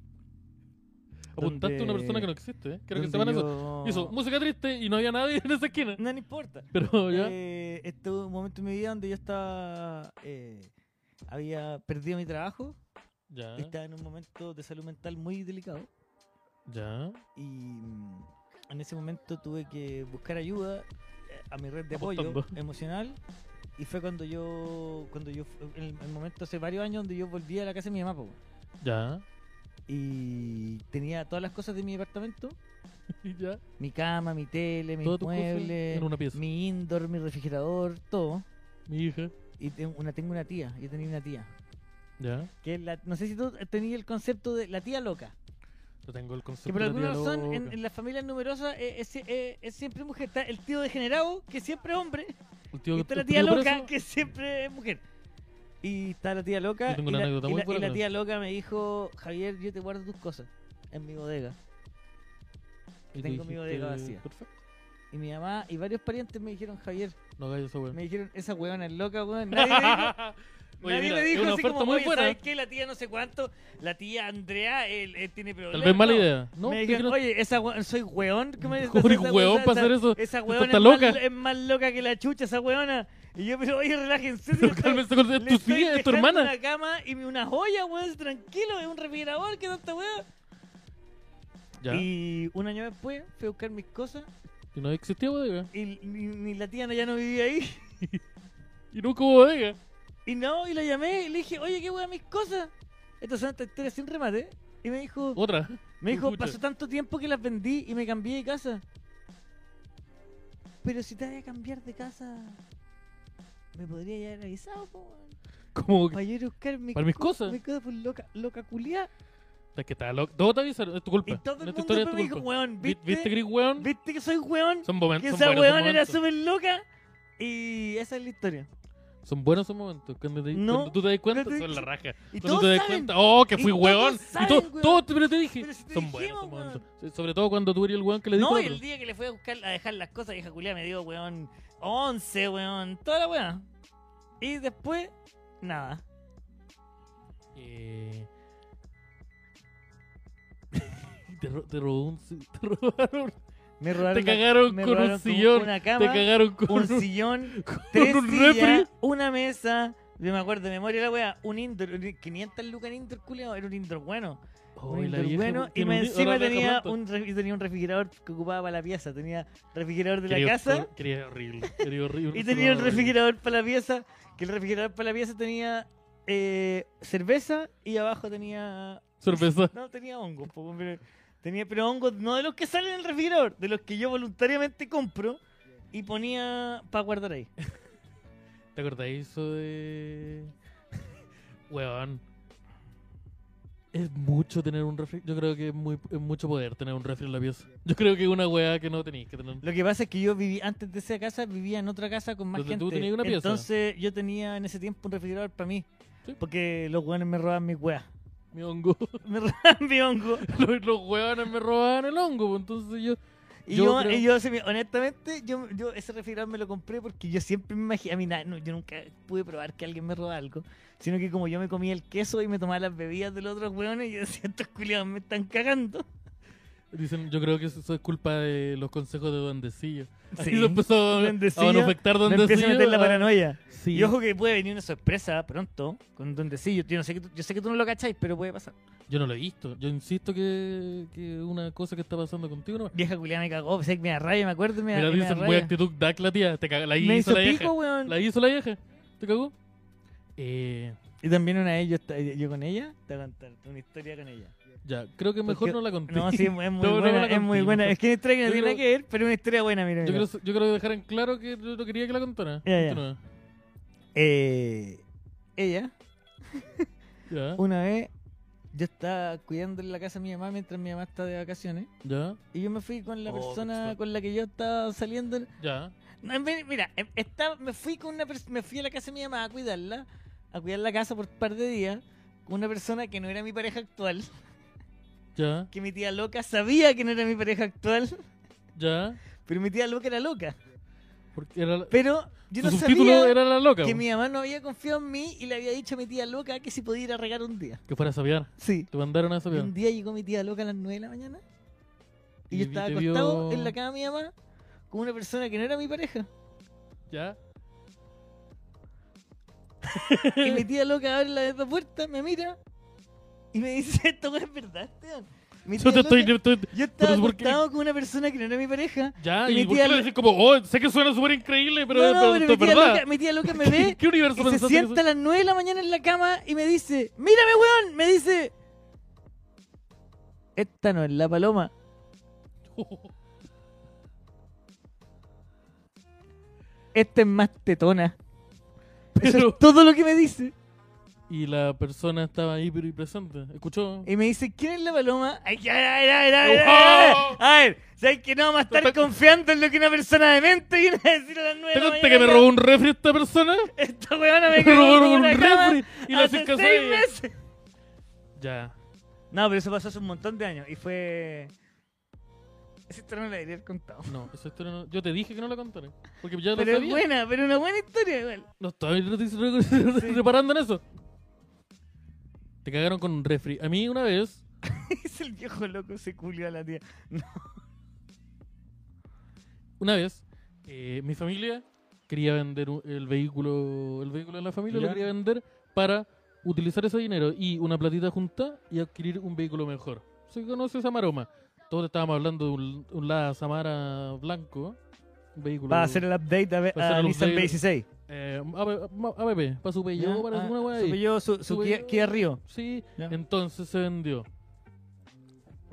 S1: Apuntaste a una
S2: donde-
S1: persona que no existe, ¿eh? Quiero que
S2: donde
S1: sepan eso.
S2: yo-
S1: Hizo música triste y no había nadie en esa esquina.
S2: No, no importa.
S1: Pero ya.
S2: Eh, este hubo un momento en mi vida donde yo estaba... eh, había perdido mi trabajo
S1: ya.
S2: y estaba en un momento de salud mental muy delicado.
S1: Ya.
S2: Y mm, en ese momento tuve que buscar ayuda eh, a mi red de
S1: Apostando.
S2: apoyo emocional. Y fue cuando yo, cuando yo, en el, el momento hace varios años donde yo volví a la casa de mi mamá, po, weón.
S1: Ya.
S2: y tenía todas las cosas de mi departamento,
S1: Y ya.
S2: mi cama, mi tele, mis
S1: Todas tus cosas
S2: muebles,
S1: en una pieza. Mi,
S2: mi indoor, mi refrigerador, todo.
S1: hija.
S2: Y tengo una, tengo una tía, yo tenía una tía,
S1: Ya.
S2: que es la, no sé si tú eh, tenías el concepto de la tía loca,
S1: Yo tengo el
S2: que
S1: concepto
S2: por
S1: de
S2: alguna
S1: diálogo
S2: razón en,
S1: acá.
S2: en las familias numerosas eh, es, eh, es siempre mujer, está el tío degenerado, que siempre es hombre.
S1: El tío
S2: Y
S1: que
S2: está la
S1: te
S2: tía
S1: escribió por
S2: loca,
S1: eso,
S2: que siempre es mujer. Y está la tía loca.
S1: Yo tengo
S2: y
S1: una
S2: la,
S1: anécdota
S2: y
S1: muy
S2: la- y
S1: buena
S2: la
S1: con
S2: tía loca me dijo, Javier, yo te guardo tus cosas en mi bodega.
S1: y te
S2: tengo mi bodega
S1: dijiste,
S2: vacía.
S1: Perfecto.
S2: Y mi mamá y varios parientes me dijeron, Javier,
S1: No hagas eso,
S2: me
S1: weón.
S2: dijeron, esa huevona es loca, weón. Nadie me dijo, nadie me dijo
S1: una
S2: así
S1: oferta
S2: como,
S1: muy
S2: "Oye,
S1: buena.
S2: ¿sabes qué? La tía no sé cuánto, la tía Andrea, él, él tiene problemas.
S1: Tal vez mala
S2: No.
S1: idea. No,
S2: me
S1: ¿qué
S2: dijeron,
S1: crees?
S2: oye, esa hue- soy hueón. ¿Qué me
S1: Uy,
S2: esa
S1: hueón
S2: hueá-
S1: pa'
S2: esa-
S1: hacer eso.
S2: Esa hueona
S1: está
S2: es,
S1: loca.
S2: Más, es más loca que la chucha, esa hueona. Y yo, pero oye, relájense. si
S1: Pero
S2: le
S1: cálmense con- es
S2: Le
S1: tu
S2: estoy
S1: tía, es tu
S2: dejando
S1: hermana.
S2: una cama y una joya, weón. Tranquilo, es un refrigerador, que tanta weón.
S1: Ya. Y,
S2: Y un año después fui a buscar mis cosas
S1: no existía bodega.
S2: y ni, ni la tía no- ya no vivía ahí.
S1: Y nunca hubo bodega.
S2: Y no, y la llamé y le dije, oye, qué weón, mis cosas. Estas son estas historias sin remate. Y me dijo,
S1: Otra.
S2: me dijo,
S1: escucha.
S2: pasó tanto tiempo que las vendí y me cambié de casa. Pero si te voy a cambiar de casa, me podría haber avisado, po, weón.
S1: Como que,
S2: Para yo ir a buscar mis,
S1: Para mis
S2: co-
S1: cosas.
S2: Mis cosas, pues, loca, loca culiá.
S1: es que está loco. Todo te avisaron. Es tu culpa.
S2: Y todo
S1: En
S2: el
S1: esta
S2: mundo
S1: historia es
S2: después
S1: tu
S2: me dijo,
S1: culpa.
S2: weón,
S1: Vi-
S2: ¿viste?
S1: ¿Viste Green Weón?
S2: ¿Viste que soy weón?
S1: Son momentos.
S2: Que
S1: son
S2: esa
S1: buenos esos
S2: weón era
S1: momentos.
S2: súper loca. Y esa es la historia.
S1: Son buenos esos momentos. Cuando, te-
S2: No,
S1: cuando tú te das cuenta,
S2: pero te-
S1: son la raja.
S2: Y
S1: Cuando
S2: todos
S1: tú te das
S2: saben.
S1: cuenta, oh, que
S2: Y
S1: fui
S2: todos
S1: weón. y
S2: saben,
S1: todo,
S2: weón.
S1: todo, pero te dije.
S2: Pero si te
S1: son buenos
S2: dijimos,
S1: esos momentos.
S2: weón.
S1: Sí, Sobre todo cuando tú eres el weón que le dijo.
S2: No,
S1: a
S2: y
S1: otro.
S2: el día que le fui a buscar a dejar las cosas, vieja culia me dio weón 11, weón, toda la weá. Y después, nada.
S1: Eh, Te, ro- te robó un. si- Te robaron.
S2: Me robaron,
S1: Te
S2: una-
S1: cagaron
S2: me
S1: con un
S2: robaron como
S1: sillón,
S2: Una
S1: Te
S2: cama,
S1: cagaron con
S2: un
S1: un.
S2: sillón,
S1: con
S2: tres
S1: un
S2: sillas,
S1: refri.
S2: una mesa, Yo me acuerdo de memoria la wea, un Indor, un- 500 lucas en Indor, culiao, era un Indor bueno. un Indor bueno, y me encima tenía un, ref- y tenía un refrigerador que ocupaba para la pieza, tenía refrigerador de la casa
S1: Quería horrible. Quería horrible.
S2: y tenía un refrigerador para la pieza, que el refrigerador para la pieza tenía eh, cerveza y abajo tenía...
S1: Cerveza.
S2: No, tenía hongos, po, pero, tenía, pero hongos no de los que salen en el refrigerador, de los que yo voluntariamente compro y ponía para guardar ahí.
S1: ¿Te acordáis eso de. Weón. Es mucho tener un refri. Yo creo que es, muy, es mucho poder tener un refri en la pieza. Yo creo que es una weá que no tenéis que tener.
S2: Lo que pasa es que yo viví antes de esa casa, vivía en otra casa con más
S1: Donde
S2: gente.
S1: tú tenías una pieza.
S2: Entonces yo tenía en ese tiempo un refrigerador para mí.
S1: Sí.
S2: Porque los hueones me robaban mis weas.
S1: Mi hongo.
S2: Me robaban mi hongo.
S1: los, los weones me robaban el hongo, pues, entonces yo.
S2: Y
S1: Yo
S2: yo,
S1: creo-
S2: y yo, se me- honestamente, yo, yo ese refrigerador me lo compré porque yo siempre me imaginé. A mí, na- no, yo nunca pude probar que alguien me robaba algo. Sino que como yo me comía el queso y me tomaba las bebidas de los otros hueones, yo decía, estos culiados me están cagando.
S1: Dicen, yo creo que eso es culpa de los consejos de Duendecillo.
S2: Sí.
S1: Sí. Y empezó a,
S2: Duendecillo,
S1: a manufactar
S2: Me empieza a
S1: Duendecillo.
S2: meter la
S1: a-
S2: paranoia.
S1: Sí.
S2: Y ojo que puede venir una sorpresa pronto, con donde sí, yo, yo no sé que tú, yo sé que tú no lo cacháis, pero puede pasar.
S1: Yo no lo he visto. Yo insisto que que una cosa que está pasando contigo. No...
S2: Vieja culiada me cagó, sé que me da rabia, me acuerdo, y me, da-
S1: Mira,
S2: y me da
S1: dicen,
S2: rabia.
S1: wey, actitud DAC la tía. Te caga- la
S2: Me
S1: hizo
S2: hizo
S1: la vieja.
S2: pico, weón.
S1: La hizo la vieja. ¿Te cagó? Eh,
S2: Y también una vez yo, esta- yo con ella, te voy a contar una historia con ella.
S1: ya, creo que mejor
S2: Porque-
S1: no la conté.
S2: No, sí, es muy
S1: No, no,
S2: buena,
S1: no,
S2: es muy
S1: contigo.
S2: buena. Es que una historia que no
S1: Yo
S2: tiene nada
S1: creo-
S2: que ver, pero una historia buena, mira.
S1: yo,
S2: mira.
S1: quiero, yo quiero dejar en claro que yo no quería que la contara.
S2: Ya, ya.
S1: Continúa.
S2: Eh, ella,
S1: Ya,
S2: una vez, yo estaba cuidando en la casa de mi mamá mientras mi mamá estaba de vacaciones.
S1: ya,
S2: Y yo me fui con la
S1: Oh,
S2: persona
S1: perfecto.
S2: con la que yo estaba saliendo
S1: ya.
S2: No, en vez- mira, em- estaba- me, fui con una pers- me fui a la casa de mi mamá a cuidarla, a cuidar la casa por un par de días, con una persona que no era mi pareja actual,
S1: Ya,
S2: que mi tía loca sabía que no era mi pareja actual,
S1: ya.
S2: pero mi tía loca era loca.
S1: Porque era la-
S2: Pero yo no
S1: su subtítulo
S2: sabía
S1: era la loca.
S2: que
S1: po.
S2: mi mamá no había confiado en mí y le había dicho a mi tía loca que si podía ir a regar un día.
S1: Que fuera a sabiar.
S2: Sí.
S1: Te mandaron a
S2: Y
S1: sabiar.
S2: un día llegó mi tía loca a las 9 de la mañana y yo
S1: Y
S2: estaba
S1: te vio-
S2: acostado en la cama de mi mamá con una persona que no era mi pareja.
S1: Ya.
S2: Y mi tía loca abre la de la puerta, me mira y me dice, esto no es verdad, Esteban. Mi
S1: Yo te
S2: tía
S1: estoy,
S2: loca-
S1: te estoy-
S2: yo estaba
S1: pero ¿por qué?
S2: acostado con una persona que no era mi pareja.
S1: Ya,
S2: Y mi
S1: y, por
S2: tía
S1: qué le
S2: lo-
S1: decís como, oh, sé que suena súper increíble, pero, eh,
S2: no, no,
S1: pero
S2: pero mi
S1: esto es
S2: tía,
S1: verdad.
S2: loca, mi tía loca me ve
S1: ¿Qué universo
S2: y se
S1: pensaste?
S2: sienta a las 9 de la mañana en la cama y me dice, mírame, weón, me dice, esta no es la paloma.
S1: que soy?
S2: Esta es más tetona. Eso
S1: Pero-
S2: es todo lo que me dice.
S1: Y la persona estaba ahí pero y presente. ¿Escuchó?
S2: Y me dice, ¿quién es la paloma? Ay, ya, ya, ya, ya, ya, ya.
S1: ¡Ojo!
S2: A ver, ¿sabes que no vamos a estar confiando en lo que una persona de mente viene a decir a las nueve
S1: ¿Te
S2: de la
S1: conté que me
S2: mañana?
S1: robó un refri esta persona?
S2: Esta weona me
S1: Me
S2: cagó
S1: robó
S2: con
S1: un
S2: una cama
S1: refri y la
S2: hace
S1: hice caso a
S2: seis
S1: ella.
S2: meses.
S1: Ya.
S2: No, pero eso pasó hace un montón de años y fue... Esa historia no la debería haber contado.
S1: No, esa historia no. Yo te dije que no la contara. Porque ya lo
S2: Pero es
S1: sabía.
S2: buena, pero una buena historia igual.
S1: No estoy re- re- re- reparando en eso. Te cagaron con un refri. A mí una vez.
S2: Es el viejo loco, se culió a la tía.
S1: Una vez, eh, mi familia quería vender un- el vehículo, el vehículo de la familia
S3: Ya.
S1: lo quería vender para utilizar ese dinero y una platita junta y adquirir un vehículo mejor. ¿Se conoce esa maroma? Todos estábamos hablando de un, un Lada Samara blanco, un vehículo
S2: Va a hacer el update a, ve-
S1: Va a hacer
S2: a
S1: el
S2: Nissan
S1: update.
S2: B16.
S1: eh, ABP, ma- ABP, para su pello,
S2: Ah,
S1: para alguna wea ahí.
S2: Su Peugeot, su, su
S1: Su
S2: Kia,
S1: Peugeot.
S2: Kia Río.
S1: Sí,
S2: Ya.
S1: entonces se vendió.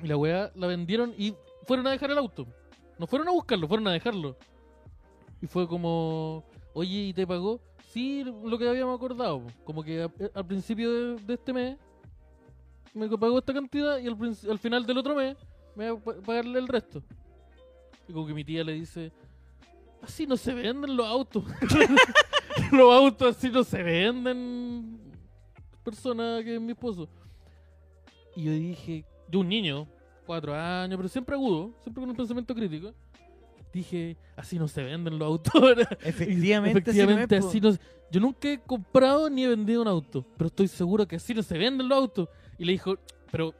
S1: Y la weá la vendieron y fueron a dejar el auto. No fueron a buscarlo, fueron a dejarlo. Y fue como, oye, ¿y te pagó? Sí, lo que habíamos acordado. po. Como que a- eh, al principio de, de este mes me pagó esta cantidad y al, princ- al final del otro mes me va a pa- pagarle el resto. Y como que mi tía le dice, así no se venden los autos. los autos así no se venden persona que es mi esposo. Y yo dije, yo un niño, cuatro años, pero siempre agudo, siempre con un pensamiento crítico. Dije, así no se venden los autos.
S2: Efectivamente,
S1: Efectivamente,
S2: así
S1: así
S2: no
S1: no. Yo nunca he comprado ni he vendido un auto, pero estoy seguro que así no se venden los autos. Y le dijo, pero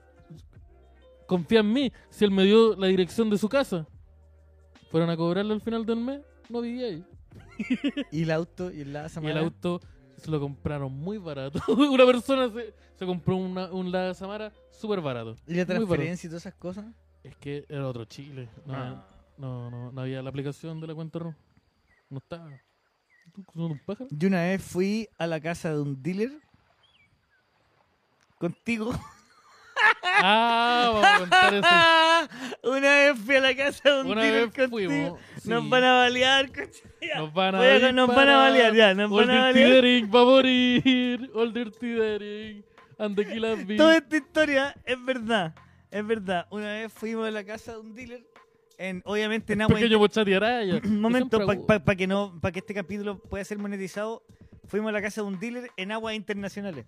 S1: confía en mí, si él me dio la dirección de su casa. Fueron a cobrarle al final del mes, no vivía ahí.
S2: es. Y el auto, y el Lada
S1: Y el
S2: Samara.
S1: auto Se lo compraron muy barato. una persona se, se compró una, un la Samara súper barato.
S2: ¿Y
S1: Muy
S2: la
S1: barato.
S2: transferencia y todas esas cosas?
S1: Es que era otro Chile. No,
S2: Ah.
S1: no, no, no había la aplicación de la cuenta RU. No estaba. ¿Tú son un pájaro?
S2: Yo una vez fui a la casa de un dealer contigo.
S1: Ah, vamos a contar eso.
S2: una vez fui a la casa de un
S1: Una
S2: dealer
S1: vez
S2: contigo.
S1: fuimos. sí.
S2: Nos van a balear, coche. Ya.
S1: Nos van a
S2: Voy a- nos van a
S1: disparar.
S2: balear, ya, nos
S1: All
S2: van a
S1: Dirty
S2: balear.
S1: Daring va a morir. All Dirty Daring. And the Killer Bees.
S2: Toda esta historia es verdad. Es verdad. Una vez fuimos a la casa de un dealer. En, obviamente en agua.
S1: Pequeño Bochati Araya.
S2: Un este momento,
S1: Siempre
S2: para
S1: hago-
S2: que no, para que este capítulo pueda ser monetizado, fuimos a la casa de un dealer en aguas internacionales.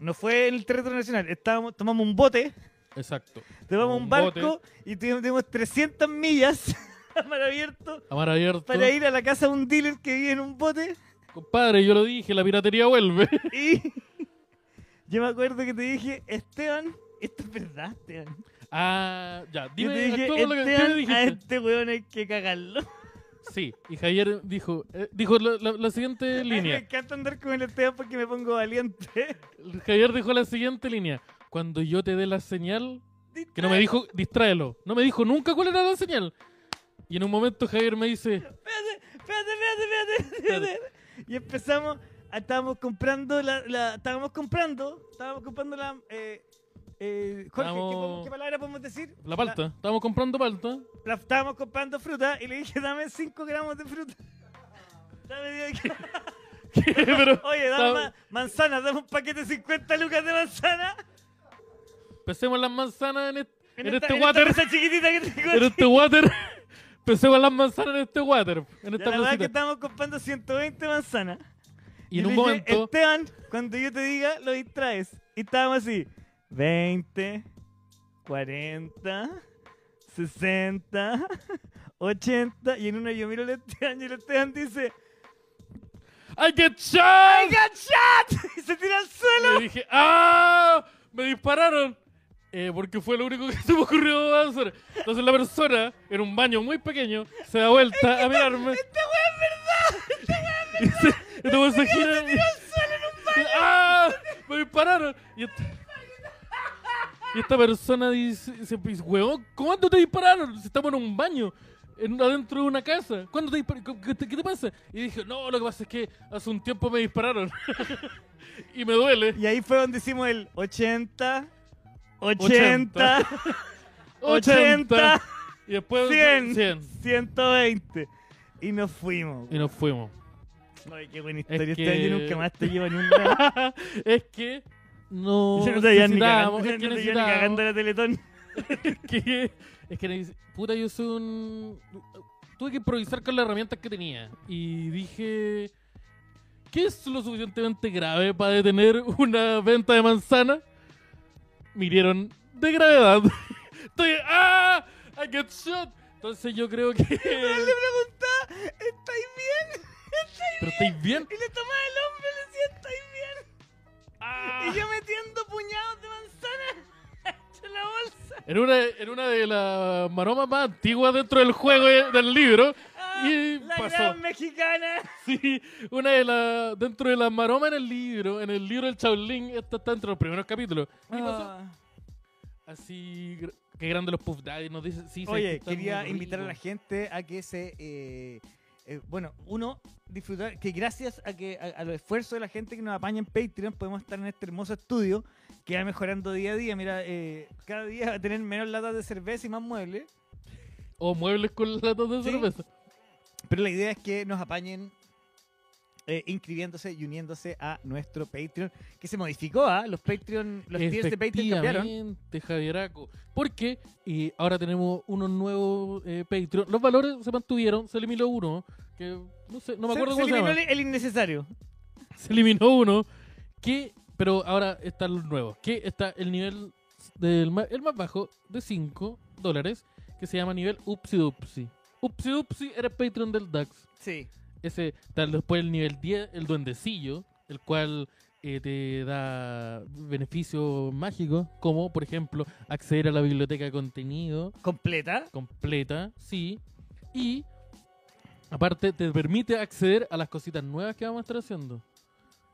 S2: No fue en el territorio nacional, estábamos, tomamos un bote,
S1: Exacto.
S2: tomamos un,
S1: Un bote.
S2: barco y tuvimos, tuvimos 300 millas a mar abierto
S1: A mar abierto.
S2: para ir a la casa de un dealer que vive en un bote
S1: Compadre, yo lo dije, la piratería vuelve.
S2: y yo me acuerdo que te dije, Esteban, esto es verdad, Esteban.
S1: Ah, ya.
S2: Yo
S1: Dime,
S2: te dije,
S1: actúa con lo que ¿qué le
S2: Esteban, a
S1: dijiste?
S2: este weón hay que cagarlo.
S1: Sí, y Javier dijo, eh, dijo la, la- la siguiente
S2: Me
S1: línea.
S2: encanta andar con el Esteban porque me pongo valiente.
S1: Javier dijo la siguiente línea. Cuando yo te dé la señal, que
S2: Eh.
S1: no me dijo, distráelo. No me dijo nunca cuál era la señal. Y en un momento Javier me dice,
S2: espérate, espérate, espérate, espérate, espérate. Y empezamos, ah, estábamos comprando la, la- estábamos comprando, estábamos comprando la, eh, eh, Jorge, ¿qué,
S1: Estábamos-
S2: podemos- qué palabra podemos decir?
S1: la palta. Estábamos comprando palta.
S2: La, la- estábamos comprando fruta y le dije, dame 5 gramos de fruta. Dame diez gramos.
S1: Pero
S2: Oye, dame
S1: estábamos-
S2: ma- manzanas, dame un paquete de 50 lucas de manzana.
S1: pesemos las manzanas en, est- en este
S2: esta-
S1: water.
S2: En esta mesa chiquitita que tengo
S1: en
S2: aquí.
S1: este water. Pesemos las manzanas en este water. En
S2: Ya,
S1: esta
S2: la verdad es que
S1: bolsita.
S2: estábamos comprando 120 manzanas.
S1: Y en
S2: le
S1: un
S2: dije, "Este-".
S1: momento,
S2: Esteban, cuando yo te diga, lo distraes. Y estábamos así: 20, 40, 60, 80. Y en una yo miro al Esteban y el Esteban dice:
S1: ¡I get shot!
S2: ¡I got shot! Y se tira al suelo.
S1: Le dije, ¡ah! Me dispararon. Eh, porque fue lo único que se me ocurrió hacer. Entonces la persona, en un baño muy pequeño, se da vuelta a mirarme. ¡Esta weá es verdad! ¡Esta weá es verdad! se gira. ¡Ah! Me dispararon. Y esta, y esta persona dice, se- dice, weón, ¿cuándo te dispararon? Si estamos en un baño. En, adentro de una casa. ¿Cuándo te dispararon? ¿Qué, te- qué te pasa? Y dije, no, lo que pasa es que hace un tiempo me dispararon. y me duele.
S2: Y ahí fue donde hicimos el 80,
S1: 80,
S2: 80, 80,
S1: Y después
S2: 100,
S1: 100.
S2: 120. Y nos fuimos.
S1: Y nos fuimos.
S2: Ay, qué buena historia.
S1: que-
S2: Esteban, yo nunca más te llevo ni un lado.
S1: es que no
S2: Yo no te veía ni
S1: necesitábamos,
S2: cagando,
S1: es que
S2: no te veía ni cagando
S1: necesitábamos,
S2: la Teletón.
S1: que- es que neces- puta yo soy un tuve que improvisar con las herramientas que tenía y dije ¿qué es lo suficientemente grave para detener una venta de manzana? Mirieron de gravedad. Estoy ah I get shot. Entonces yo creo que
S2: le preguntaba, ¿estáis bien? ¿Estáis
S1: pero estáis bien.
S2: bien? Y le tomaba el hombro y le decía, ¿estáis bien?
S1: Ah.
S2: Y yo metiendo puñados de manzana en la bolsa.
S1: En una, en una de las maromas más antiguas dentro del juego eh, del libro.
S2: Ah,
S1: Y
S2: la
S1: pasó.
S2: gran mexicana.
S1: Sí, una de las. Dentro de las maromas en el libro. En el libro del Shaolin. Esta está entre los primeros capítulos. Y pasó
S2: Ah.
S1: así. gr- Qué grande los Puff Daddy. Nos dice. Sí, sabes que
S2: Oye,
S1: está
S2: quería
S1: muy
S2: invitar a la
S1: rico.
S2: gente a que se... eh, eh, bueno, uno, disfrutar, que gracias a que a, a los esfuerzos de la gente que nos apaña en Patreon, podemos estar en este hermoso estudio que va mejorando día a día. Mira, eh, cada día va a tener menos latas de cerveza y más muebles.
S1: O muebles con latas de
S2: Sí.
S1: cerveza.
S2: Pero la idea es que nos apañen eh, inscribiéndose y uniéndose a nuestro Patreon, que se modificó, ¿ah? Los Patreon, los tiers de Patreon cambiaron.
S1: Efectivamente, Javieraco. Porque eh, ahora tenemos unos nuevos eh, Patreon. Los valores se mantuvieron. Se eliminó uno. Que no sé, no me acuerdo
S2: se,
S1: cómo se,
S2: se eliminó
S1: llama.
S2: el, el innecesario.
S1: se eliminó uno que pero ahora están los nuevos que está el nivel del ma- el más bajo de 5 dólares que se llama nivel Upsi Dupsi Upsi Dupsi era el Patreon del DAX
S2: Sí.
S1: ese tal después el nivel 10 el duendecillo el cual eh, te da beneficios mágicos como por ejemplo acceder a la biblioteca de contenido
S2: Completa.
S1: completa, sí. Y aparte te permite acceder a las cositas nuevas que vamos a estar haciendo.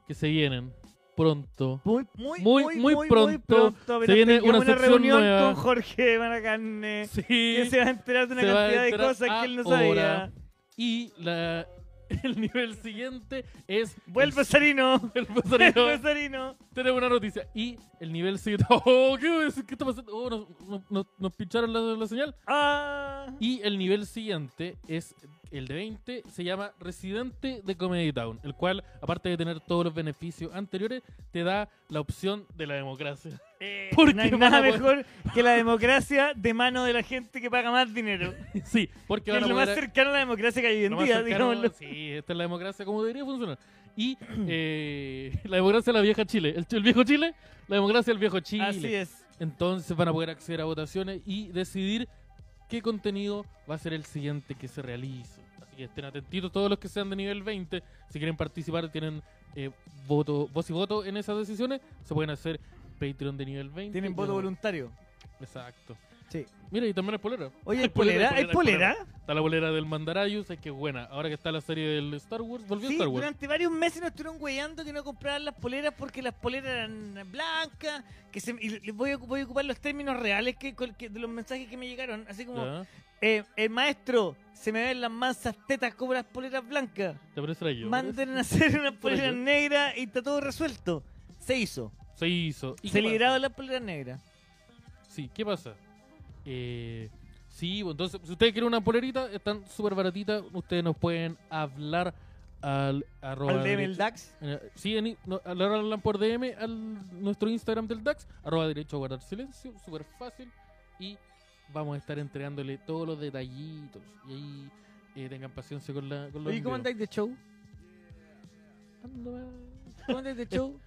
S1: que se vienen pronto.
S3: Muy, muy,
S1: Muy, muy pronto
S3: apenas
S1: viene
S3: tengamos
S1: una sección
S3: reunión
S1: nueva.
S2: Con Jorge Maracarne.
S1: Sí.
S2: Que se va a enterar de una
S1: Se va a
S2: cantidad de
S1: enterar
S2: cosas que él no
S1: ahora.
S2: sabía.
S1: Y la, el nivel siguiente es.
S2: Vuelve Sarino.
S1: El
S2: Vuelve
S1: pasarino.
S2: Sarino.
S1: Tenemos una noticia. Y el nivel siguiente. Oh, ¿qué, es? ¿Qué está pasando? Oh, nos, nos- nos- nos pincharon la, la señal.
S2: Ah.
S1: Y el nivel siguiente es el de 20. Se llama Residente de Comedy Town. El cual, aparte de tener todos los beneficios anteriores, te da la opción de la democracia.
S2: Eh,
S1: Porque
S2: no hay
S1: van
S2: nada
S1: a poder-
S2: mejor que la democracia de mano de la gente que paga más dinero.
S1: sí, porque
S2: Que es
S1: van a
S2: lo
S1: poder.
S2: más cercano a la democracia que hay hoy en
S1: Lo más
S2: día,
S1: cercano,
S2: digámoslo.
S1: Sí, esta es la democracia como debería funcionar. Y eh, la democracia de la vieja Chile. El, ch- el viejo Chile, la democracia del viejo Chile.
S2: Así es.
S1: Entonces van a poder acceder a votaciones y decidir qué contenido va a ser el siguiente que se realice. Así que estén atentitos todos los que sean de nivel 20. Si quieren participar, tienen eh, voto, voz y voto en esas decisiones. Se pueden hacer Patreon de nivel 20.
S3: Tienen voto voluntario.
S1: Exacto.
S3: Sí.
S1: Mira, y también es polera.
S3: Oye,
S1: Hay
S3: ¿hay polera?
S1: polera,
S3: ¿Hay
S1: hay polera,
S3: polera?
S1: Está la bolera del Mandarayus, es que es buena. Ahora que está la serie del Star Wars, volvió
S2: Sí,
S1: Star Wars.
S2: durante varios meses nos estuvieron weyando que no compraban las poleras porque las poleras eran blancas. Que se, y les voy, a, voy a ocupar los términos reales que, que- de los mensajes que me llegaron. Así como,
S1: Ya,
S2: eh, eh, maestro, se me ven las mansas tetas como las poleras blancas.
S1: te parece la yo.
S2: Manden a hacer unas
S1: Por
S2: poleras
S1: allá.
S2: negras y está todo resuelto. Se hizo.
S1: Se hizo. ¿Y qué
S2: Se
S1: pasa?
S2: liberaron las poleras negras.
S1: Sí, ¿qué pasa? Eh, sí, bueno, entonces, si ustedes quieren una polerita, están súper baratitas. Ustedes nos pueden hablar al arroba.
S3: ¿Al DM el
S1: derecho-
S3: DAX?
S1: eh, Sí, en i- no, al- ahora hablan por DM al nuestro Instagram del DAX, arroba derecho a guardar silencio, súper fácil. Y vamos a estar entregándole todos los detallitos. Y ahí eh, tengan paciencia con, la, con los
S3: Oye, ¿cómo
S1: envíos.
S3: andáis de show?
S1: Ando más.
S3: ¿Cómo andáis de show?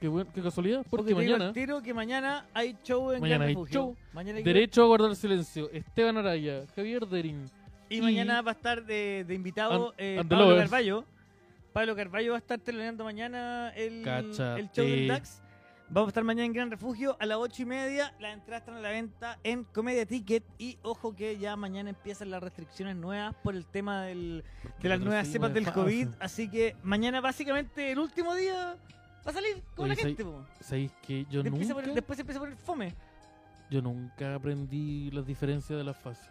S1: Qué, buen- qué casualidad, porque
S3: te digo al
S1: mañana,
S3: tiro que mañana hay show en
S1: Mañana
S3: Gran
S1: hay
S3: Refugio.
S1: show.
S3: Mañana hay
S1: Derecho a guardar silencio, Esteban Araya, Javier Derín,
S3: Y
S1: y-
S3: mañana va a estar de, de invitado
S1: And-
S3: eh,
S1: and the
S3: Pablo
S1: lovers.
S3: Carballo. Pablo Carballo va a estar teleneando mañana el,
S1: Cáchate.
S3: el show del DAX. Vamos a estar mañana en Gran Refugio a las ocho y media. Las entradas están a la venta en Comedia Ticket. Y ojo que ya mañana empiezan las restricciones nuevas por el tema del, de las
S1: nosotros
S3: nuevas
S1: seguimos
S3: cepas
S1: de
S3: del
S1: fase.
S3: COVID. Así que mañana básicamente el último día va a salir con
S1: Oye,
S3: la
S1: soy-
S3: gente. po.
S1: ¿Sabéis que yo
S3: Empieza a
S1: nunca,
S3: poner- después se empieza a poner fome.
S1: yo nunca aprendí las diferencias de las fases?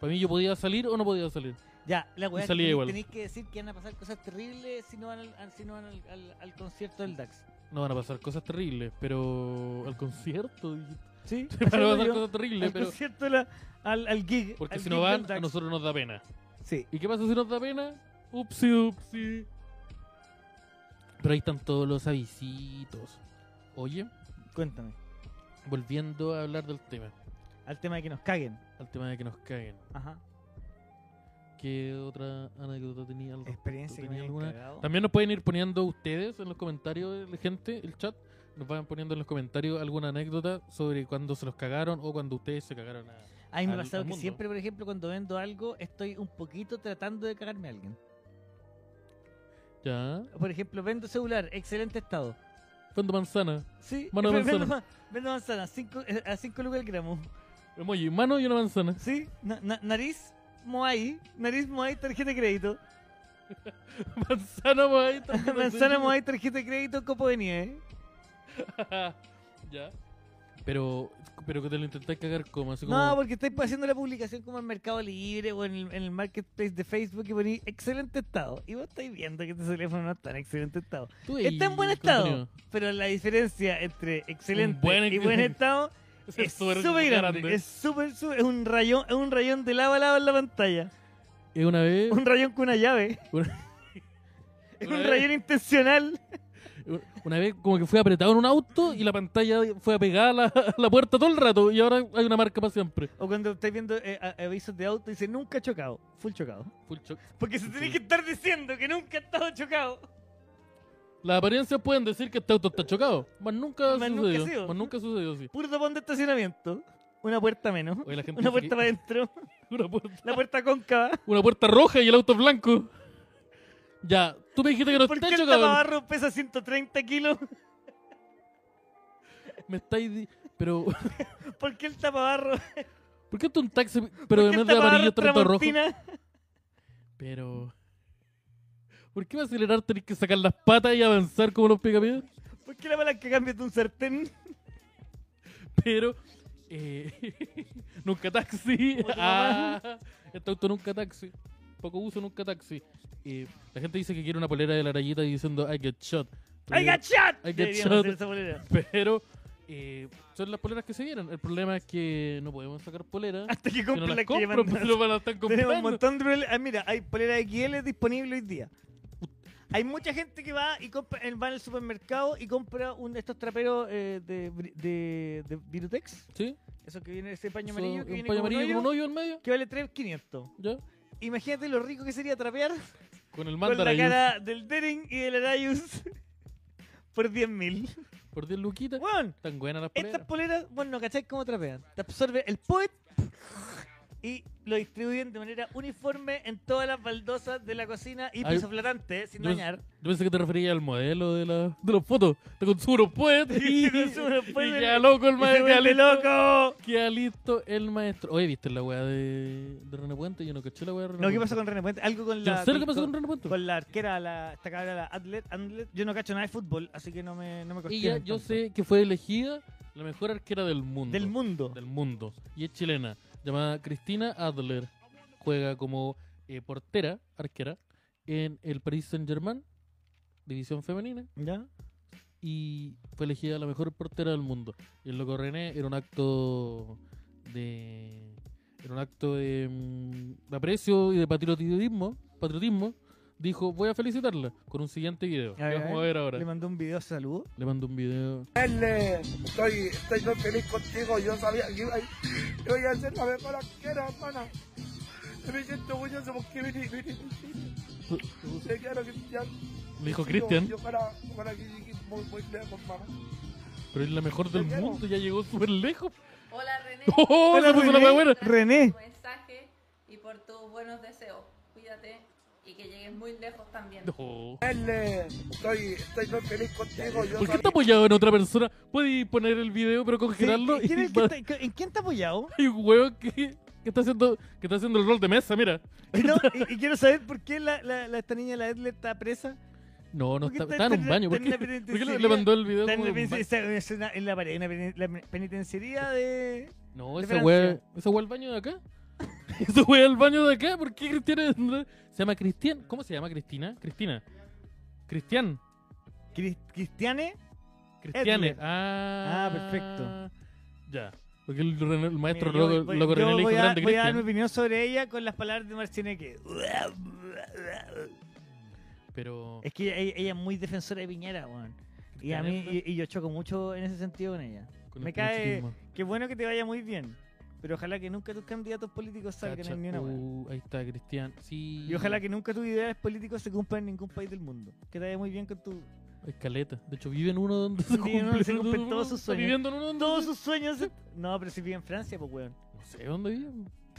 S1: Para mí yo podía salir o no podía salir.
S2: Ya, la
S1: Y
S2: weá es
S1: salía
S2: que
S1: igual.
S2: tenéis que decir que van a pasar cosas terribles si no van al, al- si no van al, al- al concierto del DAX.
S1: No van a pasar cosas terribles, pero al concierto dijiste.
S3: Sí,
S1: van a
S3: hacerlo
S1: pasar
S3: yo.
S1: cosas terribles,
S3: al
S1: pero
S3: concierto de la- al, al gig.
S1: porque
S3: al
S1: si no
S3: gig del
S1: van a
S3: DAX.
S1: nosotros nos da pena.
S3: Sí.
S1: ¿Y qué pasa si nos da pena? Upsi, upsi. Pero ahí están todos los avisitos. Oye,
S3: Cuéntame.
S1: volviendo a hablar del tema,
S3: Al tema de que nos caguen.
S1: al tema de que nos caguen.
S3: Ajá.
S1: ¿Qué otra anécdota tenía? al respecto?
S3: Experiencia que me
S1: ¿Tenía
S3: hayan
S1: alguna?
S3: cagado.
S1: También nos pueden ir poniendo ustedes en los comentarios, la gente, el chat. Nos van poniendo en los comentarios alguna anécdota sobre cuando se los cagaron o cuando ustedes se cagaron. a-
S2: A mí me ha
S1: al-
S2: pasado
S1: al
S2: que
S1: mundo.
S2: siempre, por ejemplo, cuando vendo algo, estoy un poquito tratando de cagarme a alguien.
S1: Ya.
S2: Por ejemplo, vendo celular, excelente estado.
S1: Fondo manzana.
S2: Sí,
S1: Mano de
S2: vendo,
S1: manzana.
S2: ma- vendo manzana, cinco- eh, a 5 lucas el gramo.
S1: Emoji, mano y una manzana.
S2: Sí, na- na- nariz Moai, nariz Moai, tarjeta de crédito.
S1: manzana, pues, moai. tarjeta de
S2: Manzana pues,
S1: crédito.
S2: Moai, tarjeta de crédito, copo de nieve.
S1: ya. Pero, pero que te lo intentáis cagar como así como.
S2: No, porque estáis haciendo la publicación como en Mercado Libre o en el, en el marketplace de Facebook y ponéis excelente estado. Y vos estáis viendo que este teléfono no está en excelente estado.
S1: Tú ahí,
S2: pues, Está en buen
S1: contenido.
S2: estado, pero la diferencia entre excelente
S1: buen
S2: y buen
S1: excelente.
S2: estado
S1: Ese
S2: es
S1: súper
S2: súper grande. Es súper, súper- es un rayón, es un rayón de lado a lado en la pantalla.
S1: Es una vez.
S2: Un rayón con una llave. Es
S1: Una
S2: un
S1: vez-
S2: rayón intencional.
S1: Una vez como que fue apretado en un auto y la pantalla fue apegada a la, a la puerta todo el rato y ahora hay una marca para siempre.
S2: O cuando estáis viendo eh, a- avisos de auto, dice nunca chocado. Full chocado.
S1: Full shock.
S2: Porque se tiene que estar diciendo que nunca ha estado chocado.
S1: Las apariencias pueden decir que este auto está chocado. Más nunca
S2: Mas nunca
S1: sucedió.
S2: ha sido.
S1: Mas nunca sucedió así.
S2: Puro tapón de estacionamiento. Una puerta menos.
S1: Oye, la gente
S2: Una
S1: dice que-
S2: puerta para adentro.
S1: una, puerta,
S2: La puerta cóncava.
S1: una puerta roja y el auto blanco. Ya, tú me dijiste que no
S2: ¿Por
S1: está
S2: qué el
S1: chocado.
S2: tapabarro pesa 130 kilos?
S1: Me estáis. di- Pero.
S2: ¿Por qué el tapabarro?
S1: ¿Por qué esto es un taxi? Pero
S2: ¿Por
S1: en
S2: qué el
S1: vez de
S2: tapabarro
S1: amarillo,
S2: es
S1: está rojo.
S2: tramontina?
S1: Pero. ¿Por qué va a acelerar tenés que sacar las patas y avanzar como los picapiedras?
S2: ¿Por qué la palanca cambia de un sartén?
S1: Pero. Eh, nunca taxi.
S4: Otra
S1: Ah, este auto nunca taxi. Poco uso nunca taxi. Eh, la gente dice que quiere una polera de la rayita diciendo I get shot.
S4: ¡Ay, gachat!
S1: I get
S4: Deberíamos
S1: shot.
S4: hacer esa polera.
S1: Pero eh, son las poleras que se vieron. El problema es que no podemos sacar poleras.
S2: Hasta
S1: Que
S2: que
S1: no
S2: compren
S1: las
S2: Ah, la que
S1: compro,
S2: mandaste.
S1: pero me las están
S2: Tenemos un
S1: comprando.
S2: montón de polera- ah, mira, hay polera XL disponible hoy día. Hay mucha gente que va y compra, eh, va al supermercado y compra un de estos traperos eh, de, Bri- de, de Virutex.
S1: ¿Sí?
S2: Eso que viene, ese paño
S1: Son
S2: amarillo que
S1: un
S2: viene
S1: paño
S2: con un
S1: amarillo
S2: hoyo,
S1: con un hoyo en medio.
S2: que vale 3.500.
S1: ¿Ya?
S2: Imagínate lo rico que sería trapear
S1: Con el
S2: con la
S1: mandaray
S2: cara del Dering y del Arayus por 10.000.
S1: por 10 luquitas.
S2: Weón,
S1: Tan buenas las poleras.
S2: Estas poleras, bueno, no cacháis cómo trapean. Te absorbe el poet y lo distribuyen de manera uniforme en todas las baldosas de la cocina y
S1: Ay,
S2: piso flotante, sin
S1: yo-
S2: dañar.
S1: Yo pensé que te referías al modelo de, la, de los fotos. Te consumo pues. Y,
S2: Y se consume los poetas.
S1: ya loco el
S2: ¡Y se
S1: maestro. Queda
S2: vuelve
S1: listo,
S2: loco!
S1: queda listo el maestro. Oye, ¿viste la weá de, de René Puente? Yo no caché la weá de René
S2: No, ¿qué
S1: Puente.
S2: pasó con René Puente? Algo con
S1: Yo
S2: la.
S1: sé lo que pasó con René Puente.
S2: con la arquera, la, esta cabra, la Adlet, Adlet. Yo no cacho nada de fútbol, así que no me, no me
S1: Ella,
S2: cuestionen
S1: yo
S2: tanto.
S1: sé que fue elegida la mejor arquera del mundo.
S2: Del mundo.
S1: Del mundo. Y es chilena. Llamada Cristina Adler. Juega como eh, portera, arquera, en el Paris Saint-Germain, división femenina.
S2: ¿Ya?
S1: y fue elegida la mejor portera del mundo. Y el loco René era un acto de. Era un acto de, mm, de aprecio y de patriotismo. patriotismo Dijo, voy a felicitarla con un siguiente video.
S2: A ver,
S1: que vamos
S2: a
S1: a ver ahora.
S2: Le mandó un video saludo.
S1: Le mando un video.
S5: Dale, Estoy, estoy muy feliz contigo. Yo sabía que iba a, yo iba a ser la mejor arquera, hermana. Yo Me siento orgulloso porque vine, vine, vine. Te quiero, Cristian.
S1: Le dijo Cristian,
S5: Yo para, para que llegues muy, muy lejos, mamá.
S1: pero es la mejor del
S5: Te quiero.
S1: mundo, ya llegó súper lejos.
S6: Hola René.
S1: ¡Oh!
S2: Hola,
S1: se puso la
S2: René.
S1: wea buena.
S6: Gracias
S2: René.
S6: por tu mensaje y por tus buenos deseos. Cuídate y que llegues muy lejos también.
S1: No.
S5: Dale, Estoy, estoy muy feliz contigo. Yo
S1: ¿Por qué
S5: sabía-
S1: está apoyado en otra persona? Puedes poner el video, pero congelarlo.
S2: Sí, ¿quién
S1: y
S2: es el que
S1: va-
S2: está- ¿En quién está apoyado?
S1: Hay un huevo que, que está haciendo, que está haciendo el rol de mesa, mira.
S2: Y, no, y- y quiero saber por qué la, la- la- esta niña, la Edler, está presa.
S1: No, no,
S2: Porque
S1: está,
S2: está-
S1: estaba en un
S2: está en-
S1: baño. ¿Por
S2: está
S1: qué,
S2: en
S1: por
S2: la
S1: qué le- le
S2: penitenciaría.
S1: mandó el video?
S2: Está en,
S1: como
S2: la
S1: de un
S2: peniten-
S1: baño?
S2: está en- es una- en la pared, en la peni- la penitenciaría de.
S1: No,
S2: de
S1: esa
S2: Francia.
S1: weá, esa weá al baño de acá. Esa weá al baño de acá. ¿Por qué Cristian? Se llama Cristian. ¿Cómo se llama Cristina? Cristina. Cristian.
S2: Cris- Cristiane.
S1: Cristiane.
S2: Edler.
S1: Ah,
S2: Ah, perfecto.
S1: Ya. Porque el, René- el maestro
S2: Mira, yo
S1: loco,
S2: voy-
S1: loco
S2: yo
S1: René le dijo
S2: voy a,
S1: grande
S2: voy a dar mi
S1: Cristian.
S2: opinión sobre ella con las palabras de Marcineque.
S1: Pero.
S2: Es que ella, ella- ella es muy defensora de Piñera, weón. Y a mí, y, y yo choco mucho en ese sentido con ella.
S1: con el
S2: me cae-
S1: pinochetismo.
S2: Qué bueno que te vaya muy bien. Pero ojalá que nunca tus candidatos políticos salgan
S1: Cacha.
S2: en ni una weá.
S1: Uh, ahí está Cristian. Sí.
S2: Y ojalá que nunca tus ideales políticos se cumplan en ningún país del mundo. Que te vaya muy bien con tu...
S1: Escaleta. De hecho, vive en uno donde se
S2: Sí, en uno
S1: cumplen
S2: donde se cumplen
S1: uno
S2: todos sus
S1: está
S2: sueños.
S1: Viviendo en uno donde
S2: Todos
S1: se-
S2: sus sueños... se- No, pero si vive en Francia, pues, weón.
S1: No sé dónde vive.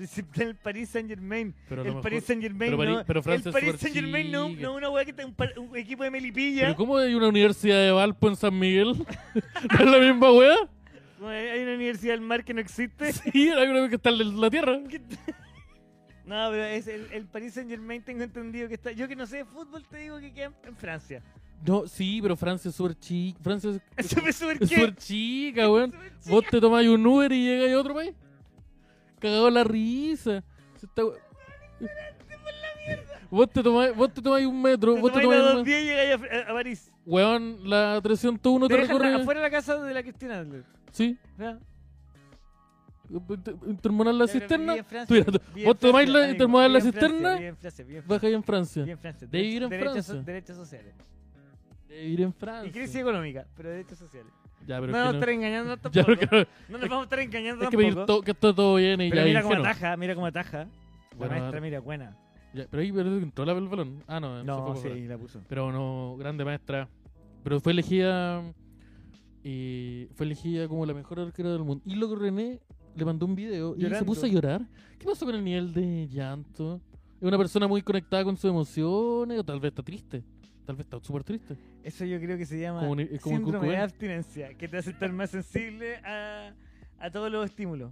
S2: Si está en el Paris Saint-Germain.
S1: Pero a lo
S2: El
S1: mejor-
S2: Paris Saint-Germain
S1: pero Pari-
S2: no...
S1: pero Francia
S2: el
S1: es
S2: Paris
S1: súper
S2: Saint-Germain no,
S1: chica.
S2: no es una weá que está... Un, par- un equipo de Melipilla.
S1: ¿Pero cómo hay una universidad de Valpo en San Miguel? ¿No es la misma weá?
S2: Hay una universidad del mar que no existe.
S1: Sí, hay una que está en la tierra.
S2: No, pero es el, el Paris Saint Germain tengo entendido que está. Yo que no sé de fútbol te digo que queda en Francia.
S1: No, sí, pero Francia es súper chica. Francia es-
S2: Eso me sube
S1: es súper
S2: qué.
S1: chica, weón.
S2: Súper chica.
S1: Vos te tomás un Uber y llegas a otro país. Cagado la risa. Si esta we- Vos te tomás, vos te tomás un metro,
S2: Te
S1: vos te
S2: tomáis la
S1: tomás un
S2: 210 y llegáis a, a- a París.
S1: Weón, la 301
S2: Te
S1: te
S2: dejan
S1: recorre.
S2: afuera de la casa de la Cristina Adler.
S1: Sí.
S2: ¿verdad?
S1: Inter- Intermoral la
S2: Ya, pero
S1: cisterna.
S2: viví en Francia,
S1: tú irás-
S2: viví en
S1: Vos tomáis
S2: Francia,
S1: la
S2: amigo,
S1: intermoral la
S2: viví en Francia,
S1: cisterna.
S2: viví en Francia, viví en Francia,
S1: Baja ahí en Francia.
S2: viví en Francia.
S1: De vivir en
S2: Derechos-
S1: Francia.
S2: derechos- derechos sociales.
S1: De ir en
S2: Y
S1: Francia.
S2: crisis económica, pero derechos sociales.
S1: Ya, pero
S2: No nos vamos a
S1: es
S2: estar
S1: que
S2: engañando
S1: no. Ya,
S2: tampoco.
S1: pero que
S2: No nos vamos a estar engañando
S1: no- hay que pedir
S2: tampoco.
S1: todo, que esté todo bien y
S2: Pero
S1: ya
S2: mira
S1: ahí
S2: cómo
S1: se nos-
S2: ataja, mira cómo ataja. La
S1: Bueno,
S2: maestra,
S1: ahora-
S2: mira, buena.
S1: ya, pero ahí parece que entró la- el balón. Ah, no, se fue
S2: No,
S1: por fuera.
S2: sí, la puso.
S1: Pero no, grande maestra. Pero fue elegida. eh, fue elegida como la mejor arquera del mundo. Y luego René le mandó un video y se
S2: Llorando.
S1: puso a llorar. ¿Qué pasó con el nivel de llanto? ¿Es una persona muy conectada con sus emociones? ¿O tal vez está triste? Tal vez está súper triste.
S2: Eso yo creo que se llama
S1: Como ni- es como ¿eh? el
S2: síndrome de
S1: Kurt Cobain.
S2: abstinencia, que te hace estar más sensible a, a todos los estímulos.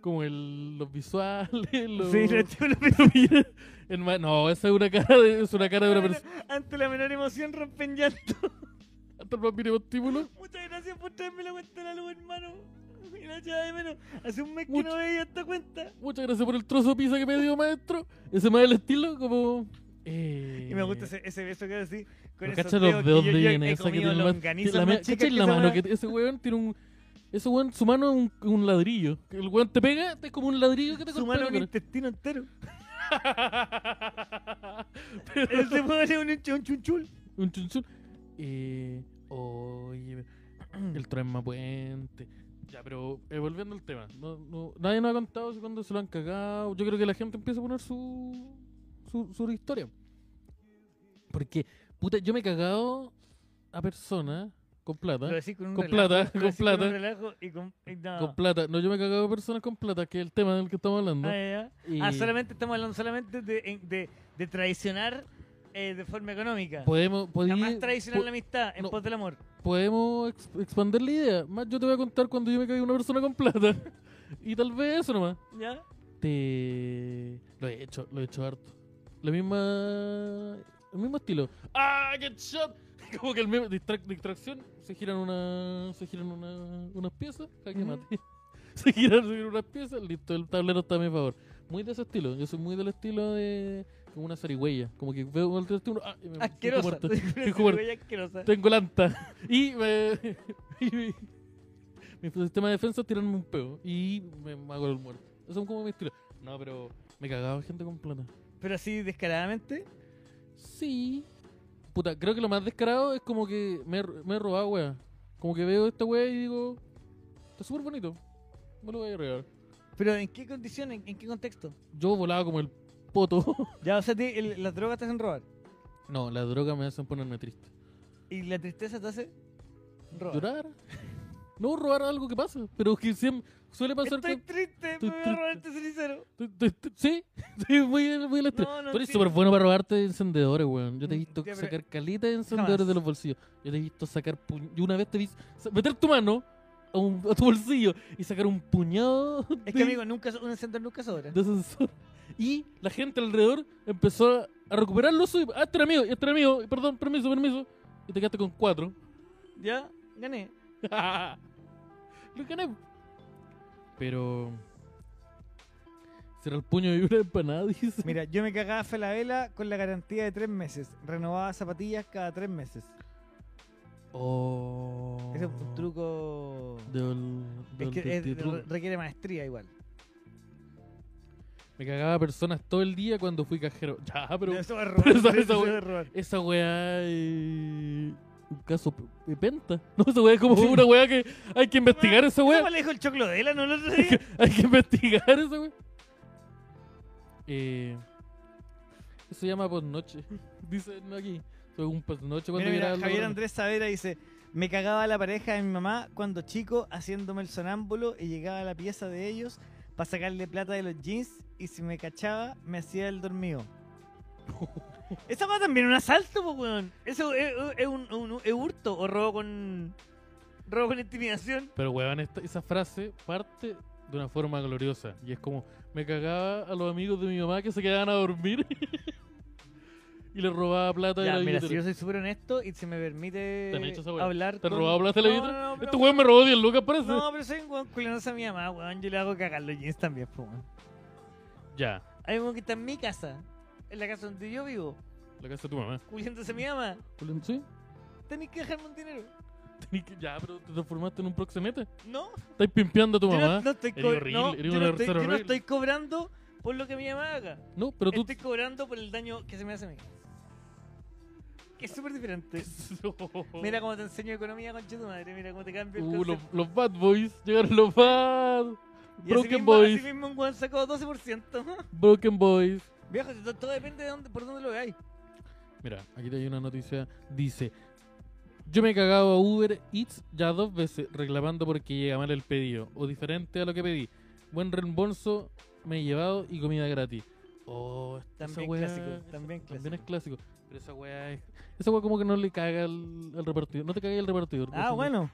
S1: como el, los visuales, los...
S2: Sí, le echó la
S1: Herma- no, esa es una cara de, es una cara de una persona.
S2: Ante la menor emoción rompen llanto.
S1: Hasta el más mínimo estímulo.
S2: Muchas gracias por traerme la cuenta de la luz, hermano. Mira, echaba de menos. Hace un mes que
S1: Mucho-
S2: no veía esta cuenta.
S1: Muchas gracias por el trozo de pizza que me dio, maestro. Ese más el estilo, como... Eh,
S2: Y me gusta ese, ese beso que hace así. Con
S1: ¿No
S2: esos
S1: cacha los dedos de
S2: que yo- yo
S1: Guinness?
S2: he
S1: Esa que
S2: comido
S1: tiene la- la,
S2: longaniza más
S1: me-
S2: chica
S1: ¿cachai?
S2: que
S1: la
S2: esa
S1: mano
S2: weá.
S1: que ese weón tiene un... Ese weón, su mano es un, un ladrillo. El weón te pega, es como un ladrillo que te
S2: Su mano
S1: golpea
S2: un
S1: la
S2: intestino entero.
S1: cara.
S2: Él se puede hacer un, hincha- un chunchul.
S1: Un chun chun. Eh, oye, el Transma Puente. Ya, pero eh, volviendo al tema. No, no- nadie nos ha contado si cuando se lo han cagado. Yo creo que la gente empieza a poner su, su, su historia. Porque, puta, yo me he cagado a personas con plata.
S2: Lo decís con un
S1: Con
S2: relajo,
S1: plata,
S2: lo
S1: con
S2: decís un
S1: plata.
S2: relajo y con... y no.
S1: Con plata. No, yo me he cagado a personas con plata, que es el tema del que estamos hablando.
S2: Ah, ya, ya.
S1: Y
S2: Ah, solamente estamos hablando solamente de, en- de, de traicionar eh, de forma económica.
S1: Podemos, podí-
S2: Jamás traicionar
S1: po-
S2: la amistad en
S1: no.
S2: pos del amor.
S1: podemos ex- expandir la idea. Más yo te voy a contar cuando yo me cagué a una persona con plata. Y tal vez eso nomás.
S2: ¿Ya?
S1: Te... Este, Lo he hecho, lo he hecho harto. La misma... El mismo estilo. ¡Ah, get shot! Como que el mismo... distra- distracción. Se giran una... Se giran una... unas piezas. Jaque mate. se, giran, se giran unas piezas. Listo, el tablero está a mi favor. Muy de ese estilo. Yo soy muy del estilo de... Como una zarigüeya. Como que veo el estilo... ¡Ah! y me- fijo
S2: Asquerosa.
S1: muerto.
S2: Una
S1: Fijo muerto.
S2: cebolla asquerosa.
S1: Tengo lanta. Y me. y mi, mi sistema de defensa es tirarme un peo. Y me hago el muerto. Eso son como mis tiros. No, pero me cagaba gente con plata.
S2: Pero así, descaradamente.
S1: Sí. Puta, creo que lo más descarado es como que me, he- me he robado, wea. Como que veo esta wea y digo. Está súper bonito. Me lo voy a regalar.
S2: ¿Pero en qué condición? ¿En, en qué contexto?
S1: Yo volaba como el poto.
S2: Ya, o sea, te- el- las drogas te hacen robar.
S1: no, las drogas me hacen ponerme triste.
S2: Y la tristeza te hace robar.
S1: ¿Llorar? No, robar algo que pasa. Pero que siempre suele pasar.
S2: Estoy
S1: con-
S2: triste,
S1: Estoy
S2: me voy a robar
S1: triste.
S2: este cenicero.
S1: Tú- tú- tú- Sí, sí, muy, muy la
S2: No, no
S1: Tú eres
S2: entiendo.
S1: súper bueno para robarte encendedores, weón. Yo te he
S2: Mm,
S1: visto
S2: ya, pero-
S1: sacar caleta de encendedores
S2: Jamás.
S1: de los bolsillos. Yo te he visto sacar pu- Yo una vez te vi sa- meter tu mano a, un- a tu bolsillo y sacar un puñado
S2: Es que,
S1: de-
S2: amigo, nunca, so- un encendedor nunca sobra.
S1: de sensor. Y la gente alrededor empezó a recuperarlo. suyo. Ah, este era mío, este era mío. Perdón, permiso, permiso. Y te quedaste con cuatro.
S2: Ya, gané.
S1: Lo gané. Pero... Será el puño de una empanada, dice.
S2: Mira, yo me cagaba Falabella con la garantía de tres meses. Renovaba zapatillas cada tres meses.
S1: Oh.
S2: Ese es un truco.
S1: Del,
S2: Es
S1: del-
S2: que
S1: del-
S2: es-
S1: del truco.
S2: re- requiere maestría igual.
S1: Me cagaba personas todo el día cuando fui cajero. Ya, pero.
S2: Eso es
S1: pero esa-
S2: robar.
S1: esa
S2: Eso
S1: wea-
S2: es robar.
S1: Esa weá. eh, un caso p- de penta. No, esa weá es como una weá que hay que investigar esa
S2: ¿Cómo
S1: weá.
S2: le dijo el choclo de la no el otro día?
S1: Hay que investigar esa weá. Eh, eso se llama posnoche. Dicen aquí. Soy un posnoche cuando
S2: Mira,
S1: llegaba
S2: mira,
S1: al
S2: Javier
S1: laboratorio.
S2: Andrés Savera dice: Me cagaba la pareja de mi mamá cuando chico haciéndome el sonámbulo y llegaba a la pieza de ellos para sacarle plata de los jeans y si me cachaba, me hacía el dormido. Esa va también un asalto, po, weón. Eso es, es un, un- es hurto o robo con. robo con intimidación.
S1: Pero, weón, esta- esa frase parte de una forma gloriosa. Y es como, me cagaba a los amigos de mi mamá que se quedaban a dormir y le robaba plata de
S2: Ya,
S1: la
S2: mira, si yo
S1: billetera.
S2: soy súper honesto y se me permite
S1: ¿Te han hecho esa weá?
S2: hablar.
S1: ¿Te
S2: con-
S1: robaba plata de la
S2: No,
S1: billetera?
S2: no, no,
S1: este
S2: pero-
S1: weón me robó 10 lucas, parece.
S2: No, pero soy un weón culioso a mi mamá, weón. Yo le hago cagar los jeans también, po, weón.
S1: Ya,
S2: Hay uno que está en mi casa, en la casa donde yo vivo,
S1: la casa de tu mamá.
S2: cubriéndose a mi mamá.
S1: ¿Sí?
S2: Tenéis que dejarme un dinero.
S1: Tenés que- Ya, pero te transformaste en un proxenete.
S2: No,
S1: Estáis pimpeando a tu
S2: yo
S1: mamá.
S2: no, no estoy
S1: Eres
S2: co-
S1: horrible,
S2: no,
S1: eres
S2: yo
S1: una
S2: no estoy-
S1: persona
S2: yo no
S1: horrible.
S2: estoy cobrando por lo que mi mamá haga.
S1: No, pero tú...
S2: Estoy cobrando por el daño que se me hace a mí. Que es súper diferente. Mira cómo te enseño economía, concha tu madre. Mira cómo te cambio el
S1: Uh, los,
S2: concepto.
S1: los bad boys. Llegaron los bad...
S2: Y así
S1: Broken
S2: mismo, así
S1: Boys.
S2: mismo un weón sacó 12%.
S1: Broken boys.
S2: Viejo, si to- todo depende de dónde, por dónde lo veáis.
S1: Mira, aquí te hay una noticia. Dice: Yo me he cagado a Uber Eats ya dos veces reclamando porque llega mal el pedido o diferente a lo que pedí. Buen reembolso me he llevado y comida gratis. Oh, esta- esa
S2: También
S1: weá-
S2: clásico, también
S1: también es
S2: clásico. Ah,
S1: clásico. Pero esa weá es. Esa weá como que no le caga al, al repartidor. No te caga el repartidor.
S2: Ah,
S1: Eso no.
S2: bueno.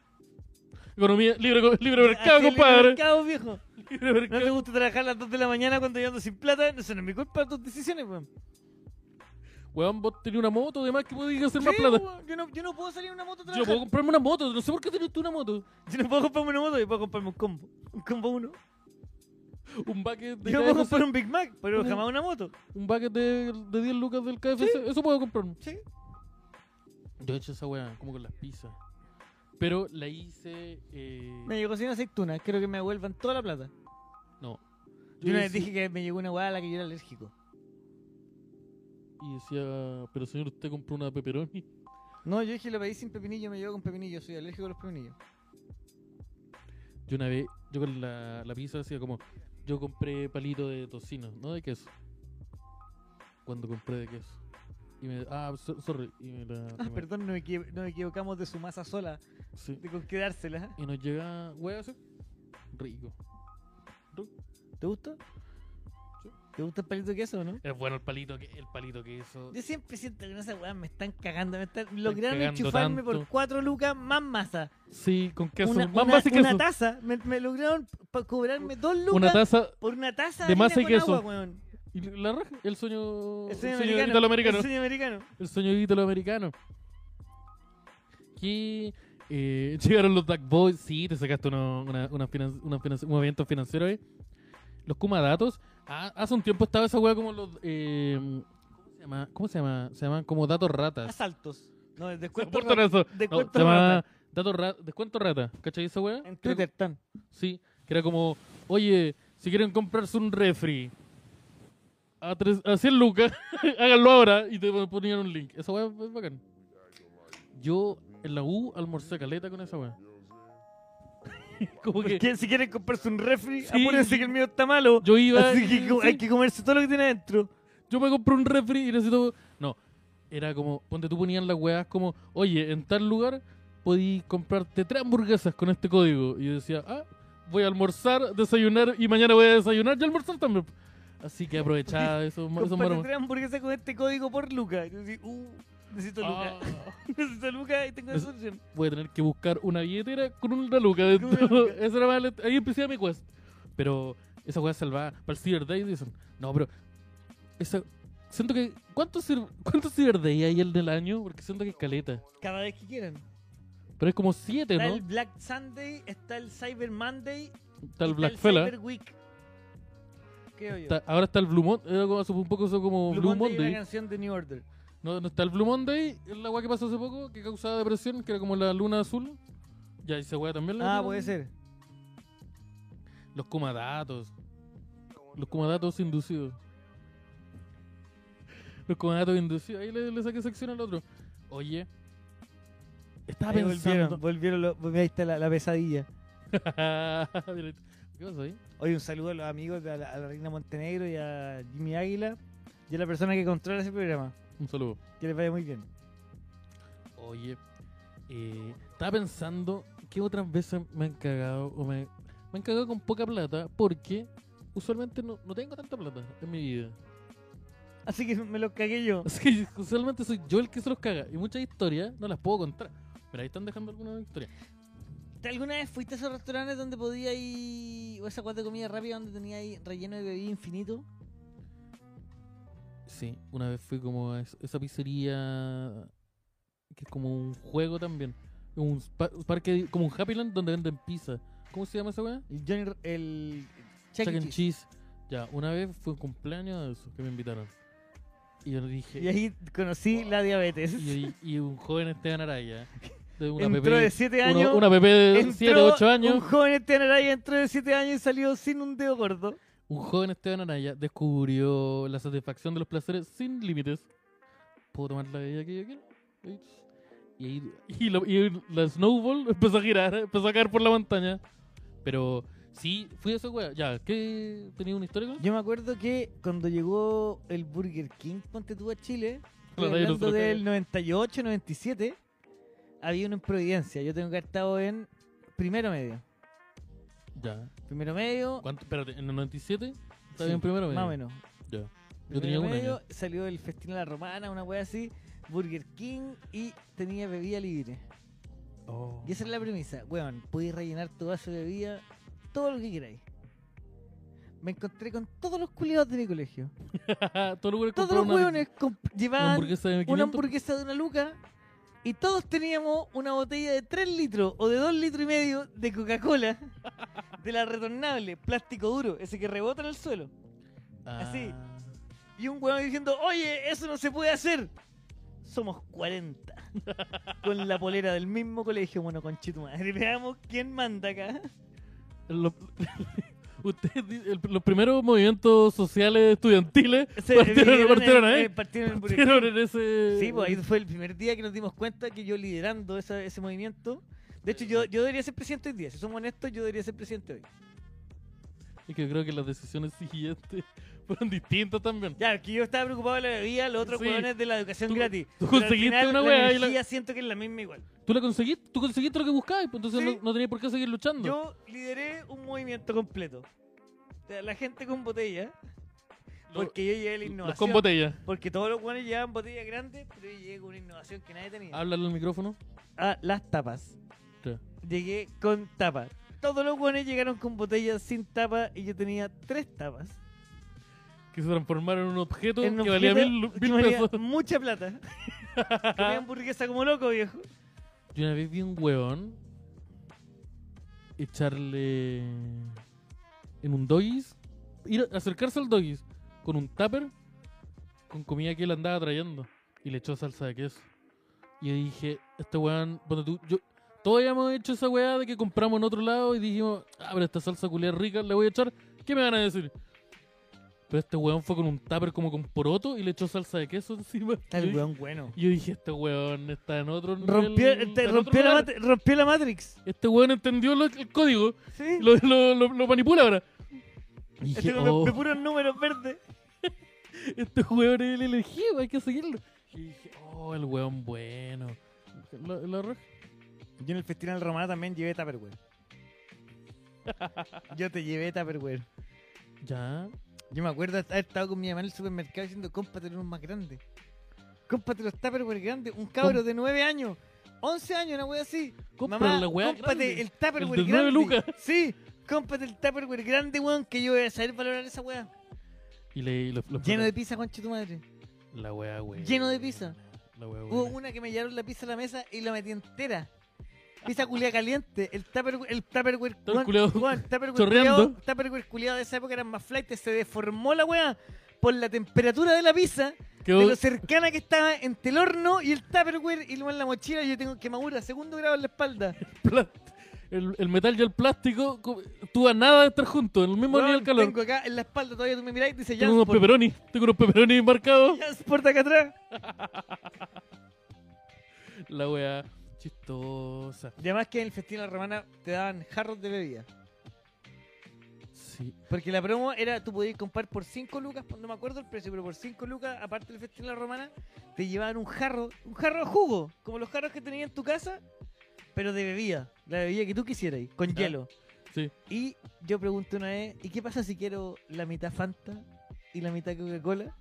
S1: Economía, libre, co- libre mercado,
S2: Así es,
S1: compadre.
S2: mercado, viejo.
S1: Libre
S2: No
S1: mercado.
S2: te gusta trabajar a las 2 de la mañana cuando yo ando sin plata. Eso no es mi culpa, tus decisiones, weón.
S1: Weón, vos tenés una moto, además que podías hacer más
S2: Sí,
S1: plata.
S2: weón, Yo no, yo no puedo salir en una moto
S1: Yo
S2: a trabajar.
S1: puedo comprarme una moto, no sé por qué tenés tú una moto.
S2: Yo no puedo comprarme una moto, yo puedo comprarme un combo. Un combo uno.
S1: Un bucket de,
S2: Yo
S1: cada
S2: puedo
S1: cosa-
S2: comprar un Big Mac, pero
S1: Ujú.
S2: jamás una moto.
S1: un bucket de, de 10 lucas del KFC. Eso puedo comprarme.
S2: Sí.
S1: Yo he hecho esa weá, como con las pizzas. Pero la hice. eh,
S2: Me llegó sin aceitunas, quiero que me devuelvan toda la plata.
S1: No.
S2: Yo una vez
S1: hice-
S2: dije que me llegó una weá a la que yo era alérgico.
S1: Y decía, pero señor, usted compró una pepperoni.
S2: No, yo dije lo pedí sin pepinillo, me llegó con pepinillo, soy alérgico a los pepinillos.
S1: Yo una vez, yo con la, la pizza decía como, yo compré palito de tocino, no de queso. Cuando compré de queso. Y me, ah, so- sorry. Y me la,
S2: Ah,
S1: me-
S2: perdón, nos, equi- nos equivocamos de su masa sola,
S1: sí.
S2: de con quedársela.
S1: Y nos llega, wea, así. Rico.
S2: ¿Te gusta?
S1: Sí.
S2: ¿Te gusta el palito de queso o no?
S1: Es bueno el palito, que, el palito queso.
S2: Yo siempre siento que en esa weá me están cagando, me están, lograron
S1: cagando
S2: enchufarme por
S1: tanto.
S2: 4 lucas más masa.
S1: Sí, con queso.
S2: una,
S1: más
S2: una-
S1: masa y
S2: una
S1: queso.
S2: taza, me, me lograron pa- cobrarme 2 lucas
S1: Una taza
S2: por una taza
S1: de masa y
S2: harina con
S1: queso.
S2: Agua, weón.
S1: y la raja. El sueño,
S2: El sueño americano,
S1: italoamericano.
S2: El sueño americano.
S1: El sueño italoamericano. Que eh, llegaron los Duck Boys. Sí, te sacaste uno- una, una finan- una finan- un movimiento financiero ahí. Los Kumadatos. Ah, hace un tiempo estaba esa weá como los. eh, ¿Cómo se llama? ¿Cómo se llama? Se llaman como datos ratas.
S2: Asaltos. No, el
S1: No
S2: descuento.
S1: importa
S2: ra-
S1: eso. No,
S2: descuento
S1: se llama
S2: rata.
S1: datos rata. Descuento rata. ¿Cachai esa weá?
S2: En Twitter están.
S1: Sí, que era como, oye, si quieren comprarse un refri a, tres, a 100 lucas, háganlo ahora y te ponían un link. Esa weá es bacán. Yo en la U almorcé caleta con esa weá. como que
S2: Porque si quieren comprarse un refri,
S1: Sí.
S2: apúrense que el mío está malo.
S1: yo iba.
S2: Así que co-
S1: sí,
S2: hay que comerse todo lo que tiene adentro.
S1: Yo me compré un refri y necesito. No, era como, ponte tú ponían las weas como, oye, en tal lugar podí comprarte tres hamburguesas con este código. Y yo decía, ah, voy a almorzar, desayunar y mañana voy a desayunar y almorzar también. Así que aprovechaba esos, esos
S2: Comprate
S1: maromas.
S2: tres hamburguesas con este código por Luca. Y tú decís, uh, necesito Luca.
S1: Ah,
S2: necesito Luca y tengo
S1: Neces-
S2: esa opción.
S1: voy a tener que buscar una billetera con una luca dentro.
S2: Con una
S1: Eso era más let- Ahí empecé mi quest. Pero esa wea salvada para el Cyber Day dicen, no, pero esa- siento que ¿cuántos ciber- cuántos Cyber Day hay en el año? Porque siento que es caleta.
S2: Cada vez que quieran.
S1: Pero es como siete,
S2: Está
S1: ¿no?
S2: el Black Sunday, está el Cyber Monday,
S1: Está el
S2: está
S1: Black
S2: el
S1: Fella.
S2: Cyber Week. Creo yo.
S1: Está- ahora está el Blue Monday. Era como, hace un poco eso como Blue,
S2: Monday,
S1: Monday.
S2: una canción de New Order.
S1: No, no está el Blue Monday, es la weá que pasó hace poco, que causaba depresión, que era como la luna azul. Ya, esa weá también la.
S2: Ah, puede ser.
S1: Los comadatos. Los comadatos inducidos. Los comadatos inducidos. Ahí le, le saqué sección al otro. Oye. Estaba
S2: Ahí
S1: pensando.
S2: volvieron, volvieron los- pues, ahí está la, la pesadilla.
S1: ¿Qué pasó ahí?
S2: Oye, un saludo a los amigos de la, a la Reina Montenegro y a Jimmy Águila y a la persona que controla ese programa.
S1: Un saludo.
S2: Que les vaya muy bien.
S1: Oye, eh, estaba pensando que otras veces me han cagado o me, me han cagado con poca plata porque usualmente no, no tengo tanta plata en mi vida.
S2: Así que me los cagué yo.
S1: Así que usualmente soy yo el que se los caga y muchas historias no las puedo contar. Pero ahí están dejando algunas historias.
S2: ¿Te- ¿Alguna vez fuiste a esos restaurantes donde podía ir, o esa cuarta de comida rápida donde tenía ahí relleno de bebida infinito?
S1: Sí, una vez fui como a es- esa pizzería que es como un juego también. Un spa- parque, como un Happyland donde venden pizza. ¿Cómo se llama esa weá?
S2: El Johnny, R- el Chuck
S1: Chuck
S2: E.
S1: and
S2: Cheese.
S1: cheese. Ya, una vez fue un cumpleaños de esos que me invitaron. Y yo le dije.
S2: Y ahí conocí la diabetes.
S1: y, y un joven Esteban Araya. De una
S2: entró
S1: PP,
S2: de 7
S1: uno-
S2: años.
S1: una PP de
S2: entró
S1: 7, 8
S2: Un
S1: años.
S2: joven Esteban Araya entró de 7 años y salió sin un dedo gordo.
S1: Un joven Esteban Araya descubrió la satisfacción de los placeres sin límites. ¿Puedo tomar la bebida que yo quiero? Y, ahí- y, lo- y la snowball empezó a girar, empezó a caer por la montaña. Pero sí, fui a esa wea. Ya, ¿qué? ¿Tenía una historia con eso?
S2: Yo me acuerdo que cuando llegó el Burger King, ponte tú a Chile, estoy
S1: Claro, ahí
S2: hablando
S1: nosotros
S2: del 98, 97, había uno en Providencia. Yo tengo que haber estado en primero medio.
S1: Ya.
S2: Primero medio.
S1: ¿Cuánto? Espérate, ¿en el 97? ¿Está
S2: sí,
S1: bien primero?
S2: Más o menos.
S1: Ya. Yo
S2: Primero
S1: tenía un
S2: medio,
S1: año.
S2: Salió el Festín a la Romana, una wea así, Burger King y tenía bebida libre.
S1: Oh.
S2: Y esa es la premisa. Weón, podéis rellenar tu vaso de bebida todo lo que queráis. Me encontré con todos los culiados de mi colegio.
S1: Todos los hueones
S2: Todos
S1: compraron una-
S2: los hueones comp-
S1: una
S2: llevaban
S1: hamburguesa de
S2: una
S1: 500.
S2: hamburguesa de una luca y todos teníamos una botella de 3 litros o de 2 litros y medio de Coca-Cola de la retornable, plástico duro, ese que rebota en el suelo.
S1: Ah.
S2: así. Y un huevón diciendo, oye, eso no se puede hacer. Somos 40. Con la polera del mismo colegio, bueno, conchito madre. Veamos quién manda acá.
S1: Lo- Ustedes di- el- los primeros movimientos sociales estudiantiles
S2: Se
S1: partieron,
S2: dividieron en-
S1: partieron ahí.
S2: eh, partieron en-
S1: Partieron en ese.
S2: Sí, pues ahí fue el primer día que nos dimos cuenta que yo liderando esa- ese movimiento. De hecho, yo, yo debería ser presidente hoy día. Si somos honestos, yo debería ser presidente hoy.
S1: Y que creo que las decisiones siguientes fueron distintas también.
S2: Ya, que yo estaba preocupado de la bebida, los otros
S1: Sí.
S2: huevones de la educación
S1: Tú-
S2: gratis.
S1: tú
S2: Pero al
S1: conseguiste
S2: final,
S1: una
S2: la
S1: wea y la-
S2: energía siento que es la misma igual.
S1: Tú la conseguiste, tú conseguiste lo que buscabas, pues entonces
S2: Sí.
S1: no, no tenías por qué seguir luchando.
S2: Yo lideré un movimiento completo. O sea, La gente con botella,
S1: Lo-
S2: porque yo llevé la
S1: los
S2: innovación.
S1: con botella.
S2: porque todos los hueones llevaban botellas grandes, pero yo llegué con una innovación que nadie tenía.
S1: Háblale al micrófono.
S2: Ah, las tapas.
S1: Sí.
S2: Llegué con tapas. Todos los hueones llegaron con botellas sin tapa y yo tenía tres tapas.
S1: Que se transformaron en un objeto
S2: En un
S1: que valía
S2: objeto
S1: mil, lu-
S2: que
S1: mil
S2: valía
S1: pesos.
S2: Mucha plata. Comía hamburguesa como loco, viejo.
S1: Yo una vez vi un hueón echarle en un doggies, ir a- acercarse al doggies con un tupper con comida que él andaba trayendo y le echó salsa de queso. Y yo dije, este weón, bueno, tú, yo, todos habíamos hecho esa weá de que compramos en otro lado y dijimos, ah, pero esta salsa culia rica, le voy a echar, ¿qué me van a decir? Pero este weón fue con un tupper como con poroto y le echó salsa de queso encima. Y yo
S2: Está el
S1: dije-
S2: hueón bueno.
S1: yo dije, este weón está en otro nivel,
S2: Rompió,
S1: está en
S2: te-
S1: otro
S2: rompió, la,
S1: lugar.
S2: mat- rompió la Matrix.
S1: Este weón entendió lo- el código,
S2: Sí.
S1: lo, lo- lo- lo manipula ahora. Y
S2: Este
S1: dije,
S2: con-
S1: oh,
S2: de puros números verdes.
S1: este weón es el elegido, hay que seguirlo. Y dije, oh, el weón bueno. La, la raja.
S2: Yo en el Festival Romana también llevé Tupperware. Yo te llevé Tupperware.
S1: Ya.
S2: Yo me acuerdo haber estado con mi mamá en el supermercado diciendo, cómpate unos más grandes. Cómpate los Tupperware grandes. Un cabro de 9 años, 11 años, una wea así.
S1: Compra
S2: Mamá,
S1: la weá
S2: cómpate
S1: grande.
S2: el Tupperware
S1: El de
S2: grande.
S1: nueve lucas.
S2: Sí, cómpate el Tupperware grande, weón, que yo voy a saber valorar esa wea.
S1: Y le lo- lo-
S2: Lleno de pizza, concha tu madre.
S1: La weá, weón.
S2: lleno de pizza.
S1: La weá,
S2: Hubo
S1: weón.
S2: una que me llevaron la pizza a la mesa y la metí entera. Pizza culia caliente, el Tupperware, el Tupperware,
S1: Todo el
S2: weón,
S1: culiao
S2: weón, Tupperware
S1: chorreando.
S2: culiao- Tupperware culiao de esa época eran más flight, se deformó la weá por la temperatura de la pizza,
S1: Quedó-
S2: de lo cercana que estaba entre el horno y el Tupperware y luego en la mochila yo tengo quemadura, segundo grado en la espalda.
S1: pla- el, el metal y el plástico co- tuvo a nada de estar juntos, en el mismo nivel
S2: Weón,
S1: de calor.
S2: Tengo acá en la espalda, todavía tú me mirás y dices, ya,
S1: tengo unos peperonis, tengo unos peperonis marcados.
S2: por acá atrás.
S1: La weá chistosa.
S2: Y además que en el festín de la romana te daban jarros de bebida.
S1: Sí.
S2: Porque la promo era, tú podías comprar por 5 lucas, no me acuerdo el precio, pero por 5 lucas, aparte del festín de la romana, te llevaban un jarro, un jarro de jugo, como los jarros que tenías en tu casa, pero de bebida, la bebida que tú quisieras, con
S1: Ya.
S2: hielo.
S1: Sí.
S2: Y yo pregunté una vez, ¿y qué pasa si quiero la mitad Fanta y la mitad Coca-Cola?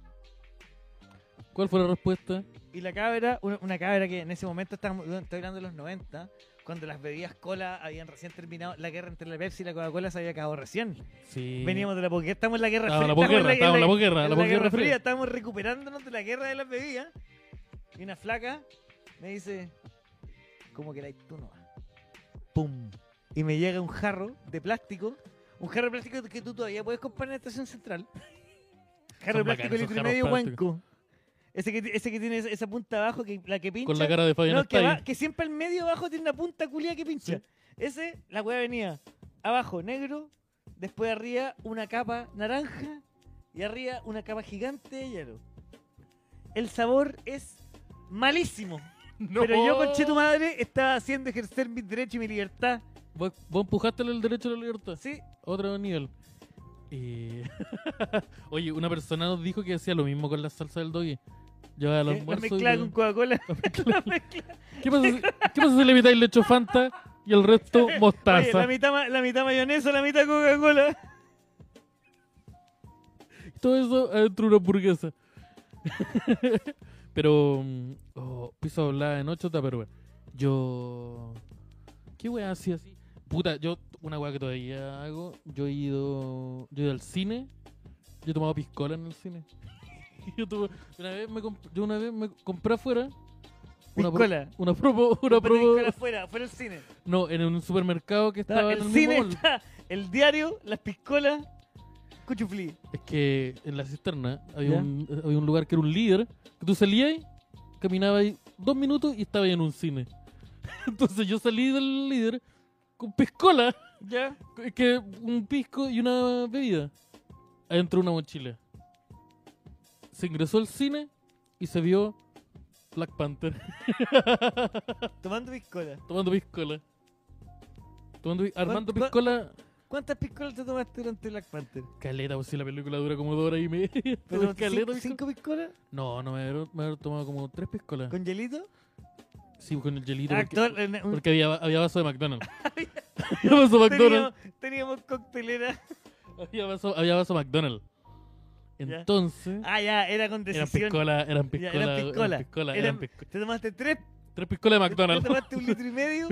S1: ¿Cuál fue la respuesta?
S2: Y la cabra, una, una cabra que en ese momento, estábamos, estoy hablando de los 90, cuando las bebidas cola habían recién terminado, la guerra entre la Pepsi y la Coca-Cola se había acabado recién.
S1: Sí.
S2: Veníamos de la posguerra, estamos en la guerra
S1: Estábamos en la
S2: Fría,
S1: posguerra, estábamos en la posguerra,
S2: en
S1: la
S2: la guerra
S1: posguerra
S2: fría,
S1: fría.
S2: estábamos recuperándonos de la guerra de las bebidas. Y una flaca me dice, ¿cómo queráis tú no? ¡Pum! Y me llega un jarro de plástico, un jarro de plástico que tú todavía puedes comprar en la estación central. Jarro de
S1: Son
S2: plástico
S1: bacanes
S2: litro y
S1: esos
S2: medio
S1: jarros plásticos.
S2: huenco. Ese que, ese que tiene esa- esa punta abajo, que, la que pincha.
S1: Con la cara de Fabián
S2: No, que,
S1: Estay.
S2: va- que siempre al medio abajo tiene una punta culia que pincha.
S1: Sí.
S2: Ese, la weá venía abajo negro, después arriba una capa naranja y arriba una capa gigante de hielo. El sabor es malísimo. Pero yo, conche tu madre, estaba haciendo ejercer mis derechos y mi libertad.
S1: Vos, vos empujaste el derecho a la libertad.
S2: Sí,
S1: Otro nivel. Eh, Oye, una persona nos dijo que hacía lo mismo con la salsa del doggy. Llevaba el
S2: eh, la
S1: almuerzo. y
S2: mezclaba
S1: le-
S2: con Coca-Cola. La mezclaba.
S1: ¿Qué, pasa si, ¿Qué pasa si le metáis leche Fanta y el resto
S2: Oye, la
S1: mostaza?
S2: mitad, ma- la mitad mayonesa, la mitad Coca-Cola.
S1: Todo eso adentro de una hamburguesa. Pero. mm, Oh, piso hablaba en 8 pero bueno. Yo. ¿Qué wea así así? Puta, yo, una wea que todavía hago, yo he ido, yo he ido al cine, yo he tomado piscola en el cine. Yo, tuve- una vez me comp- yo una vez me compré afuera. Una pro-
S2: Piscola.
S1: Una promo, una
S2: Pero
S1: promo-
S2: discola afuera, afuera el cine.
S1: No, en un supermercado que
S2: Está
S1: estaba en
S2: Ah, el
S1: el
S2: cine,
S1: mismo mall.
S2: está el diario, las piscolas, cuchuflí.
S1: Es que en la cisterna había,
S2: ¿Ya?
S1: un, había un lugar que era un líder, que tú salías, caminabas ahí dos minutos y estabas en un cine. Entonces yo salí del líder con piscola,
S2: ¿Ya?
S1: es que un pisco y una bebida, adentro de una mochila. Se ingresó al cine y se vio Black Panther
S2: Tomando piscola.
S1: tomando piscola. Tomando, pi- armando
S2: ¿Cuán-
S1: piscola.
S2: ¿Cuántas piscolas te tomaste durante Black Panther?
S1: Caleta, pues si la película dura como dos horas y media.
S2: ¿Pero
S1: Caleta,
S2: cin-
S1: piscola.
S2: cinco piscolas?
S1: No, no, me habré, me habré tomado como tres piscolas.
S2: ¿Con hielito?
S1: Sí, con el gelito.
S2: Actor,
S1: Porque,
S2: eh, un-
S1: porque había, había vaso de McDonald's. había vaso de McDonald's.
S2: teníamos, teníamos coctelera.
S1: Había vaso, había vaso de McDonald's.
S2: Ya.
S1: Entonces,
S2: Ah, ya, era con
S1: eran
S2: decisión.
S1: piscolas, eran
S2: Ya,
S1: piscolas.
S2: eran piscola.
S1: Eran piscolas,
S2: Eran-
S1: eran pisco-
S2: Te tomaste tres,
S1: Tres piscolas de
S2: te
S1: McDonald's. eh,
S2: tomaste un litro y medio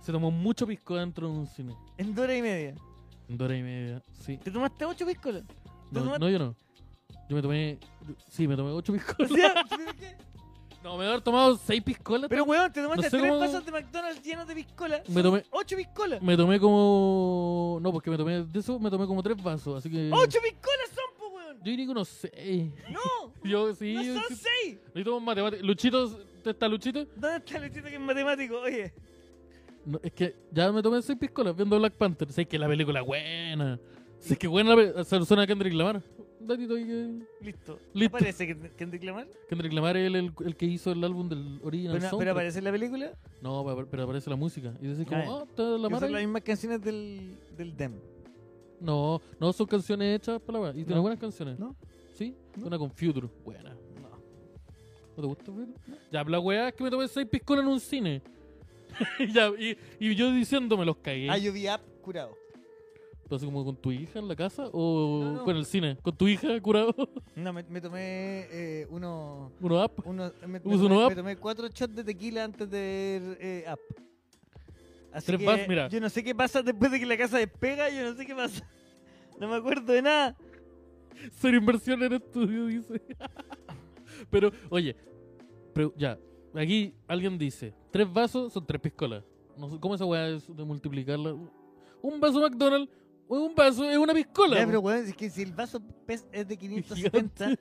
S1: Se tomó mucho pisco dentro de un cine.
S2: en dos horas y media.
S1: En dos horas y media, sí.
S2: Te tomaste ocho piscolas. ¿Te
S1: No,
S2: tomaste-
S1: no, yo no. Yo me tomé. Sí, me tomé ocho
S2: O
S1: piscolas.
S2: sea, ¿pero qué?
S1: No, me haber tomado seis piscolas.
S2: Pero weón, te tomaste
S1: No sé
S2: tres
S1: cómo-
S2: vasos de McDonald's llenos de piscola.
S1: Me tomé-
S2: ¡Ocho piscolas!
S1: Me tomé como. No, porque me tomé. De eso me tomé como tres vasos, así que.
S2: ¡Ocho piscolas son, po, weón!
S1: Yo diría que unos seis.
S2: ¡No!
S1: Yo sí.
S2: ¡No
S1: yo
S2: son
S1: sí.
S2: seis!
S1: Necesitamos matemáticas. Luchito, ¿te está Luchito?
S2: ¿Dónde está el chiste que es matemático? Oye,
S1: No, es que ya me tomé seis piscolas viendo Black Panther. Sé que la película es buena. Sé que buena la película. Se lo suena a Kendrick Lamar. Un Datito ahí que.
S2: listo.
S1: Listo.
S2: ¿Aparece que Kendrick Lamar?
S1: Kendrick Lamar es el, el, el que hizo el álbum del original.
S2: Pero, pero
S1: soundtrack.
S2: aparece en la película.
S1: No, pero- pero aparece la música. Y decís como,
S2: Ah,
S1: ah, está
S2: que
S1: Lamar.
S2: son las
S1: ahí.
S2: mismas canciones del, del DEM.
S1: No, no son canciones hechas para la wea. Y tiene
S2: No.
S1: buenas canciones.
S2: No.
S1: ¿Sí?
S2: No.
S1: Una con Future. Buena.
S2: No.
S1: ¿No te gusta Future? Ya, la weá es que me tomé seis piscolas en un cine. ya, y, y yo diciéndome los cagué.
S3: Ah, yo vi app curado.
S1: ¿Pero así como con tu hija en la casa o
S3: No, no.
S1: con el cine? ¿Con tu hija curado?
S3: No, me, me tomé eh, uno,
S1: ¿Uno pues. app?
S3: uno, me, me
S1: Uso
S3: tomé-
S1: uno app.
S3: me tomé cuatro shots de tequila antes de ver eh, app.
S2: Así
S1: Tres
S2: que
S1: vas, mira.
S2: yo no sé qué pasa después de que la casa despega, yo no sé qué pasa. No me acuerdo de nada.
S1: Ser inversión en estudio, dice. Pero, oye, pero ya, aquí alguien dice, tres vasos son tres piscolas. No sé, ¿Cómo esa weá es de multiplicarla? Un vaso McDonald's, un vaso es una piscola.
S3: Ya, pero weón, es que si el vaso pes es de 570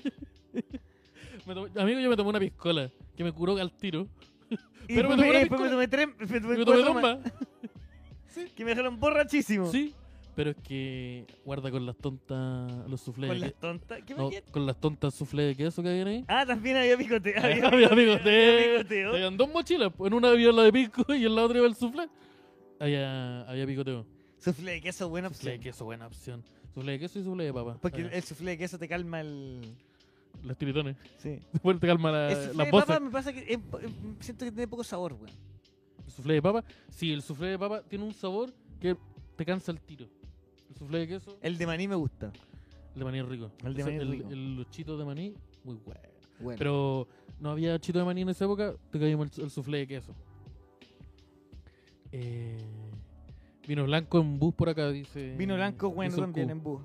S1: Me tomé- amigo, yo me tomé una piscola que me curó al tiro.
S2: Y
S1: Pero me
S3: pues
S2: después,
S1: tomé
S2: me,
S1: una
S2: después me tomé tres, me
S1: Y
S2: tomé
S1: me tomé
S2: cuatro
S1: dos
S2: más,
S1: más.
S2: que me dejaron borrachísimo.
S1: Sí, pero es que guarda con las tontas los soufflés.
S2: Con
S1: de
S2: las
S1: que-
S2: tontas. ¿Qué
S1: no,
S2: me quieres?
S1: con las tontas soufflés de queso que habían ahí.
S2: Ah, también había picoteo. Había,
S1: Había
S2: había
S1: picoteo.
S2: picoteo.
S1: Habían dos mochilas. pues, En una había la de pisco y en la otra iba el soufflé. Había, había picoteo.
S3: Suflé de queso, buena
S1: Soufflé de
S3: opción.
S1: queso, buena opción. Soufflé de queso y soufflé de papa.
S3: Porque
S1: Ah,
S3: el suflé de queso te calma el.
S1: Los tiritones.
S3: Sí.
S1: Después te calma la-
S3: el suflé
S1: las
S3: de papa
S1: voces.
S3: me pasa que es po- eh, siento que tiene poco sabor, weón.
S1: El soufflé de papa. Sí, el soufflé de papa tiene un sabor que te cansa el tiro. El soufflé de queso,
S3: El de maní me gusta.
S1: el de maní es rico.
S3: El de
S1: Eso,
S3: maní es rico.
S1: el- los chitos de maní, muy bueno.
S3: Bueno.
S1: Pero no había chito de maní en esa época, te caímos el, su- el soufflé de queso. Eh, vino blanco en bus por acá, dice.
S3: Vino blanco, bueno
S1: dice el
S3: también
S1: Q.
S3: en bus.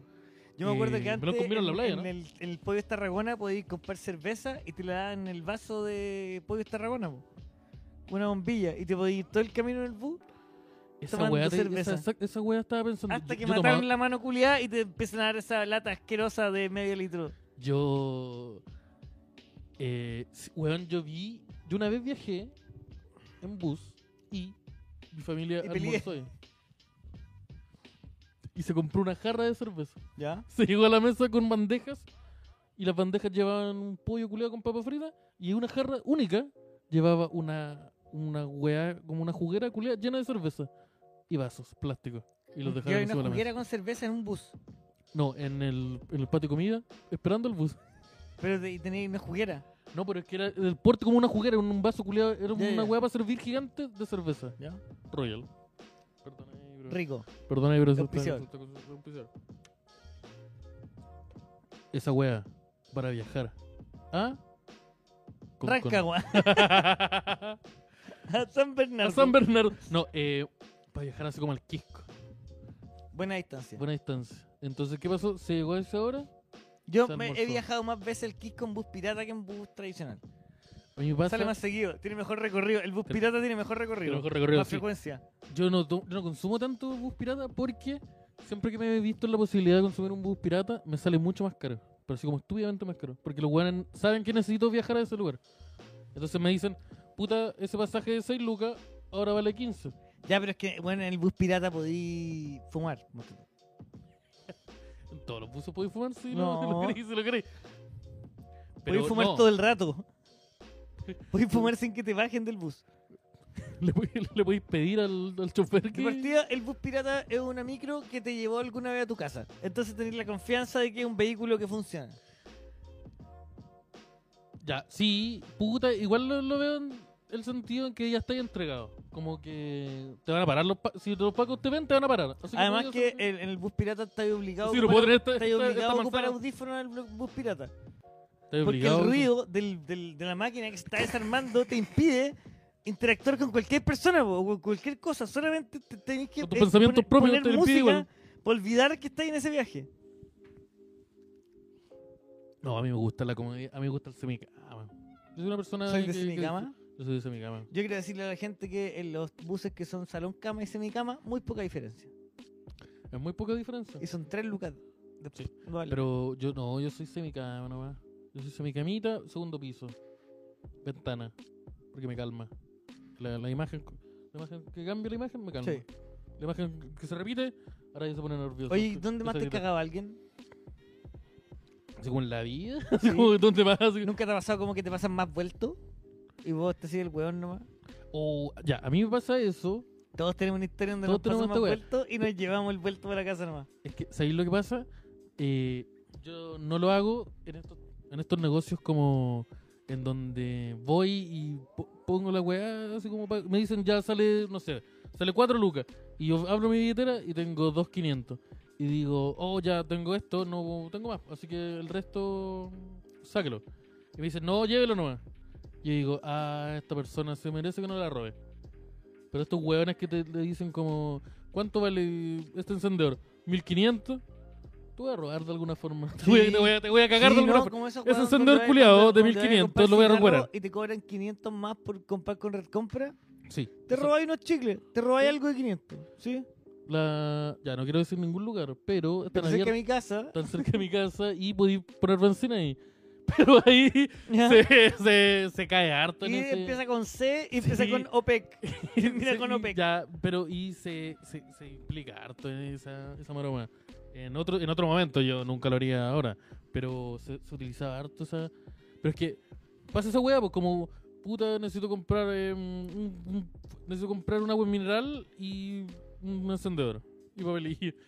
S3: Yo me acuerdo
S1: Eh,
S3: que
S1: me lo
S3: antes
S1: comieron en la playa,
S3: en
S1: ¿no?
S3: el, en el pollo Tarragona podías comprar cerveza y te la daban en el vaso de pollo Tarragona, po. una bombilla, y te podías ir todo el camino en el bus
S1: Esa
S3: tomando
S1: weá, te-
S3: cerveza.
S1: esa, esa, esa weá estaba pensando.
S2: Hasta
S1: yo-
S2: que
S1: yo,
S2: mataron
S1: tomaba-
S2: la mano culiada y te empiezan a dar esa lata asquerosa de medio litro.
S1: Yo. Eh, sí, weón, yo vi. Yo una vez viajé en bus y mi familia
S3: Y peleé.
S1: almorzó. ahí. Y se compró una jarra de cerveza.
S3: ¿Ya?
S1: Se llegó a la mesa con bandejas y las bandejas llevaban un pollo culeado con papa frita y una jarra única llevaba una una weá como una juguera culeada llena de cerveza y vasos plásticos y los
S3: Yo
S1: dejaron
S3: hay
S1: encima
S3: una
S1: de la mesa.
S3: juguera con cerveza en un bus.
S1: No, en el, en el patio de comida esperando el bus.
S3: Pero te- y tenía una juguera.
S1: No, pero es que era el porte como una juguera, un vaso culeado, era
S3: Ya, ya.
S1: una weá para servir gigante de cerveza.
S3: ¿Ya?
S1: Royal. Perdón ahí, bro.
S3: Rico.
S1: Perdón ahí, pero eso está-
S3: Auspiciador.
S1: eso está- eso está auspiciador. Esa weá para viajar. ¿Ah? Con- con-
S2: Rancagua.
S7: A San Bernardo.
S1: A San Bernardo. No, eh, para viajar así como al Quisco.
S2: Buena distancia.
S1: Buena distancia. Entonces, ¿qué pasó? ¿Se llegó a esa hora?
S2: Yo
S1: se
S2: me- he
S1: almorzó.
S2: viajado más veces el Quisco en bus pirata que en bus tradicional.
S1: A mí me pasa,
S2: Sale más seguido, tiene mejor recorrido. El bus
S1: Tiene-
S2: pirata tiene mejor recorrido.
S1: tiene mejor recorrido,
S2: Más
S1: sí.
S2: frecuencia.
S1: Yo no, to- yo no consumo tanto bus pirata porque siempre que me he visto en la posibilidad de consumir un bus pirata, me sale mucho más caro. Pero así como estúpidamente más caro. Porque los weones saben que necesito viajar a ese lugar. Entonces me dicen, puta, ese pasaje de 6 lucas ahora vale 15.
S2: Ya, pero es que, bueno, en el bus pirata podí fumar.
S1: En todos los buses podéis fumar si
S2: No.
S1: lo, queréis, si lo queréis.
S2: Podí fumar
S1: no,
S2: todo el rato. Podí fumar sin que te bajen del bus.
S1: Le, podéis- le podéis pedir al, al chofer
S2: De
S1: que...
S2: partida, el bus pirata es una micro que te llevó alguna vez a tu casa. Entonces tenés la confianza de que es un vehículo que funciona.
S1: Ya, sí, puta, igual lo, lo veo en el sentido en que ya estáis entregado. Como que te van a parar los pa- Si los pacos te ven, te van a parar. Así
S2: Además
S1: podría
S2: que eh,
S1: ser-
S2: el- en el bus pirata estás obligado,
S1: Sí,
S2: a
S1: no
S2: ocupar-
S1: puedo tener esta-
S2: estás
S1: esta-
S2: obligado
S1: esta
S2: a ocupar
S1: manzana.
S2: audífonos en el blu- bus pirata.
S1: Estoy
S2: Porque
S1: obligado,
S2: el
S1: sí.
S2: ruido del- del- de la máquina que se está desarmando te impide interactuar con cualquier persona po, o con cualquier cosa. Solamente te tenés que
S1: Con tus
S2: eh,
S1: pensamientos
S2: poner-
S1: propios
S2: poner
S1: te lo impide
S2: música
S1: igual.
S2: para olvidar que estás en ese viaje.
S1: No, a mí me gusta la comedia. A mí me gusta el semicama. Yo soy una persona.
S2: ¿Soy de
S1: que- que-
S2: semicama?
S1: yo soy de semicama.
S2: Yo quiero decirle a la gente que en los buses que son salón cama y semicama, muy poca diferencia.
S1: Es muy poca diferencia.
S2: Y son tres lucas. de-
S1: Sí,
S2: no vale.
S1: Pero yo no, yo soy semicama nomás. Yo soy semicamita, segundo piso. Ventana. Porque me calma. La, la imagen. La imagen que cambia la imagen me calma.
S2: Sí.
S1: La imagen que se repite, ahora ya se pone nervioso.
S2: Oye, ¿dónde más te
S1: Esa-
S2: cagaba alguien?
S1: Según la vida. Según ¿Dónde más? Así-
S2: ¿Nunca te ha pasado como que te pasan más vueltos? Y vos te sigues el hueón nomás.
S1: O, ya, a mí me pasa eso.
S2: Todos tenemos una historia donde
S1: Todos
S2: nos
S1: tenemos
S2: pasamos más
S1: esta wea.
S2: vueltos y nos llevamos el vuelto para la casa nomás.
S1: Es que, ¿sabéis lo que pasa? Eh, yo no lo hago en estos, en estos negocios como en donde voy y po- pongo la weá, así como pa- me dicen ya sale, no sé, sale 4 lucas. Y yo abro mi billetera y tengo 2.500. Y digo, oh, ya tengo esto, no tengo más. Así que el resto, sáquelo. Y me dicen, no, llévelo nomás. Y yo digo, ah, esta persona se merece que no la robe. Pero estos hueones que te, le dicen como, ¿cuánto vale este encendedor? 1500. Te voy a robar de alguna forma. Te, voy, a- te voy a, te voy a cagar
S2: Sí,
S1: de alguna
S2: no,
S1: forma.
S2: como esos
S1: Ese
S2: hueones
S1: encendedor
S2: cuando vas-
S1: culiao
S2: cuando-
S1: de
S2: cuando vas a
S1: 1500
S2: comprar
S1: lo voy a
S2: cigarro
S1: recuperar.
S2: Y te cobran 500 más por comprar con Red Compra.
S1: Sí.
S2: Te
S1: eso-
S2: robáis unos chicles, te robáis algo de 500. ¿Sí?
S1: la- Ya, no quiero decir ningún lugar, pero están
S2: Pero cerca
S1: abiertos,
S2: de mi casa.
S1: están cerca de mi casa y podí poner benzina ahí. Pero ahí se, se, se cae harto en
S2: Y
S1: ese-
S2: empieza con C y empieza
S1: Sí.
S2: con OPEC.
S1: Y
S2: Termina
S1: se-
S2: con E
S1: y
S2: OPEC.
S1: Ya, pero y se, se, se implica harto en esa, esa maroma. En otro, en otro momento yo nunca lo haría ahora, pero se, se utilizaba harto esa... Pero es que pasa esa hueá, pues como, puta, necesito comprar eh, un- un- necesito comprar un agua mineral y un encendedor y papel higiénico.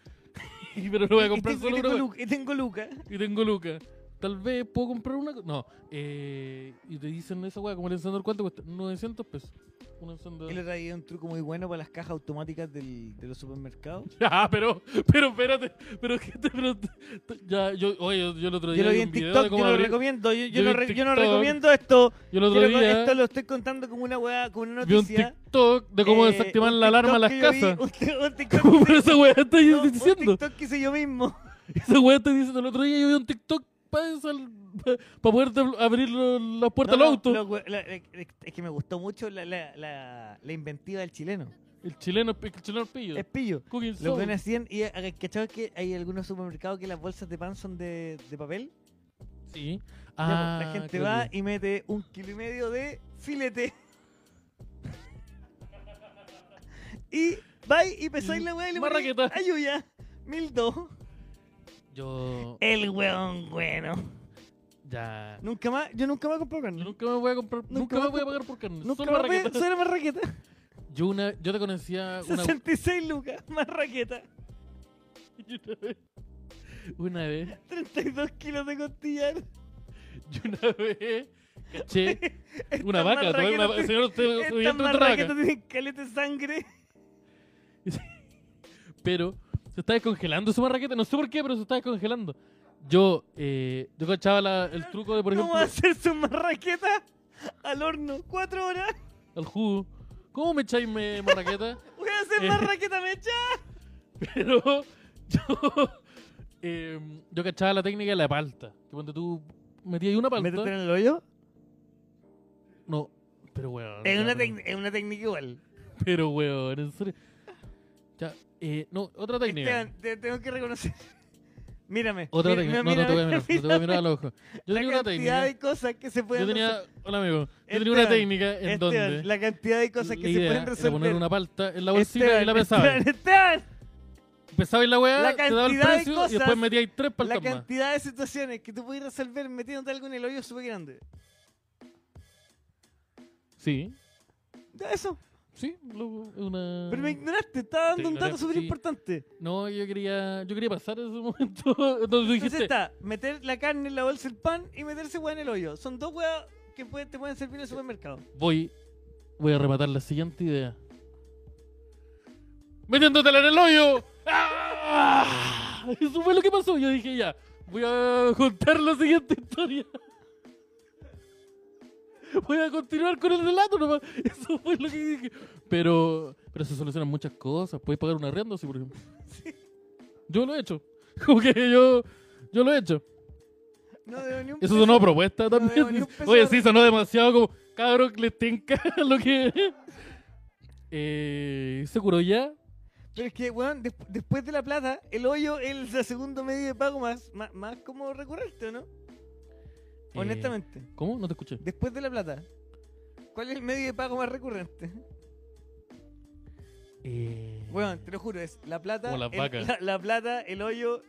S1: Y- pero lo voy a comprar
S2: y, tengo,
S1: solo
S2: y
S1: una
S2: tengo
S1: hueá.
S2: Luca- y tengo Luca.
S1: y tengo lucas. Tal vez puedo comprar una... co- No, eh, y te dicen esa hueá, como el encendedor, ¿cuánto cuesta? 900 pesos. Un encendedor.
S2: Él le traía un truco muy bueno para las cajas automáticas del- de los supermercados.
S1: Ya, Ah, pero, pero espérate, pero que te, pero te- te- ya, yo, oye, yo, yo el otro día
S2: Yo lo vi
S1: vi
S2: en
S1: un video
S2: TikTok,
S1: de
S2: yo
S1: cómo
S2: lo
S1: abrir-
S2: recomiendo. Yo, yo
S1: yo
S2: no,
S1: vi en
S2: re- yo no
S1: TikTok.
S2: recomiendo esto.
S1: yo el otro
S2: Yo lo-
S1: día
S2: esto lo estoy contando como una weá, como una
S1: vi un
S2: noticia.
S1: TikTok de cómo
S2: Eh,
S1: desactivar
S2: un
S1: la alarma en las
S2: TikTok que yo
S1: casas.
S2: vi- un- un TikTok
S1: ¿Cómo
S2: que-
S1: pero esa weá estoy
S2: no, un
S1: diciendo?
S2: TikTok que hice yo mismo.
S1: Esa weá estoy diciendo, el otro día yo vi un TikTok para poder te- abrir lo- la puerta del
S2: No, no,
S1: auto.
S2: lo we- la- la- es que me gustó mucho la, la, la, la inventiva del chileno.
S1: El chileno, el chileno pillo.
S2: Es pillo.
S1: Cooking
S2: Lo
S1: show.
S2: que hacían, y eh, ¿cachai que hay algunos supermercados que las bolsas de pan son de, de papel?
S1: Sí.
S2: Ya,
S1: Ah,
S2: pues, la gente
S1: creo
S2: va
S1: que-
S2: y mete un kilo y medio de filete. y vais y pesáis la weá y le
S1: Más
S2: ponéis
S1: raqueta.
S2: ayuya. Mil dos.
S1: Yo,
S2: El weón bueno.
S1: ya.
S2: Nunca más, yo nunca más compro
S1: Yo
S2: carne.
S1: nunca me voy a comprar,
S2: Nunca
S1: nunca,
S2: más
S1: me voy a pagar por carne.
S2: Nunca
S1: solo
S2: más voy a-
S1: raqueta.
S2: solo más raqueta.
S1: Yo, una, yo te conocía una,
S2: 66 lucas, más raqueta.
S1: Yo una vez. Una vez.
S2: 32 kilos de costillar.
S1: Yo una vez. Caché. Una
S2: Estas
S1: vaca.
S2: más
S1: tomé una-
S2: raquetas-
S1: señor, usted
S2: Estas
S1: subiendo
S2: más
S1: otra
S2: raquetas
S1: vaca.
S2: tienen caleta de sangre.
S1: Pero se está descongelando su marraqueta. No sé por qué, pero se está descongelando. Yo, eh, yo cachaba la- el truco de, por ejemplo,
S2: ¿Cómo va a hacer su marraqueta al horno? ¿Cuatro horas?
S1: al jugo. ¿Cómo me echáis me- marraqueta?
S8: Voy a
S1: Eh.
S8: hacer más raqueta mecha.
S1: Pero yo, eh, yo cachaba la técnica de la palta. Que cuando tú metías ahí una palta.
S2: ¿Métete en el hoyo?
S1: No, pero weón.
S2: Es
S1: ya,
S2: una,
S1: pero-
S2: tec- es una técnica igual.
S1: Pero weón, en serio. Ya, eh, no, otra técnica.
S2: Esteban, te tengo que reconocer. Mírame.
S1: Otra
S2: Mira-
S1: técnica. No, no
S2: mírame,
S1: te voy a mirar, no te voy a
S2: mírame.
S1: mirar al ojo. Yo tenía
S2: la
S1: una
S2: cantidad
S1: técnica.
S2: de cosas que se pueden
S1: Yo tenía,
S2: resolver.
S1: hola amigo, yo tenía una
S2: Esteban,
S1: técnica en
S2: Esteban,
S1: donde
S2: la cantidad de cosas que
S1: la
S2: se
S1: idea
S2: pueden
S1: era
S2: resolver.
S1: poner una palta en la bolsita y la pesaba.
S2: Esteban, Esteban,
S1: Pesaba en la weá,
S2: La
S1: te daba el
S2: cantidad de
S1: precio
S2: cosas-
S1: y después metías tres
S2: la
S1: paltas más.
S2: cantidad de situaciones que tú puedes resolver metiéndote algo en el hoyo es súper grande.
S1: Sí,
S2: Ya, Eso.
S1: sí, lo- una...
S2: Pero me ignoraste.
S1: Te
S2: Estaba dando un dato
S1: ignoraste,
S2: súper
S1: Mm. sí.
S2: importante.
S1: No, yo quería, yo quería pasar ese momento. Entonces tú
S2: Entonces
S1: dijiste,
S2: está meter la carne en la bolsa, el pan y meterse hueá en el hoyo. Son dos hueá que puede- te pueden servir en el supermercado.
S1: voy, voy a rematar la siguiente idea. Metiéndotela en el hoyo. ¡Ah! Eso fue lo que pasó. Yo dije ya, voy a contar la siguiente historia. Voy a continuar con el relato nomás. Eso fue lo que dije. Pero, pero se solucionan muchas cosas. Puedes pagar un arriendo, sí, por ejemplo. Yo lo he hecho. Como que yo, yo lo he hecho.
S2: No debo ni un
S1: Eso
S2: peso.
S1: sonó a propuesta
S2: No veo
S1: también.
S2: ni un peso
S1: Oye,
S2: de
S1: sí, sonó demasiado como cabrón les tinca lo que. Eh, ¿Se curó ya?
S2: Pero es que, weón, des- después de la plata, el hoyo es el segundo medio de pago más, más, más como recurrente, ¿o ¿no?
S1: Eh.
S2: Honestamente.
S1: ¿Cómo? No te escuché.
S2: Después de la plata, ¿cuál es el medio de pago más recurrente?
S1: Eh,
S2: Weón, te lo juro, es la plata.
S1: Como las
S2: el-
S1: vacas.
S2: la, la plata, el hoyo,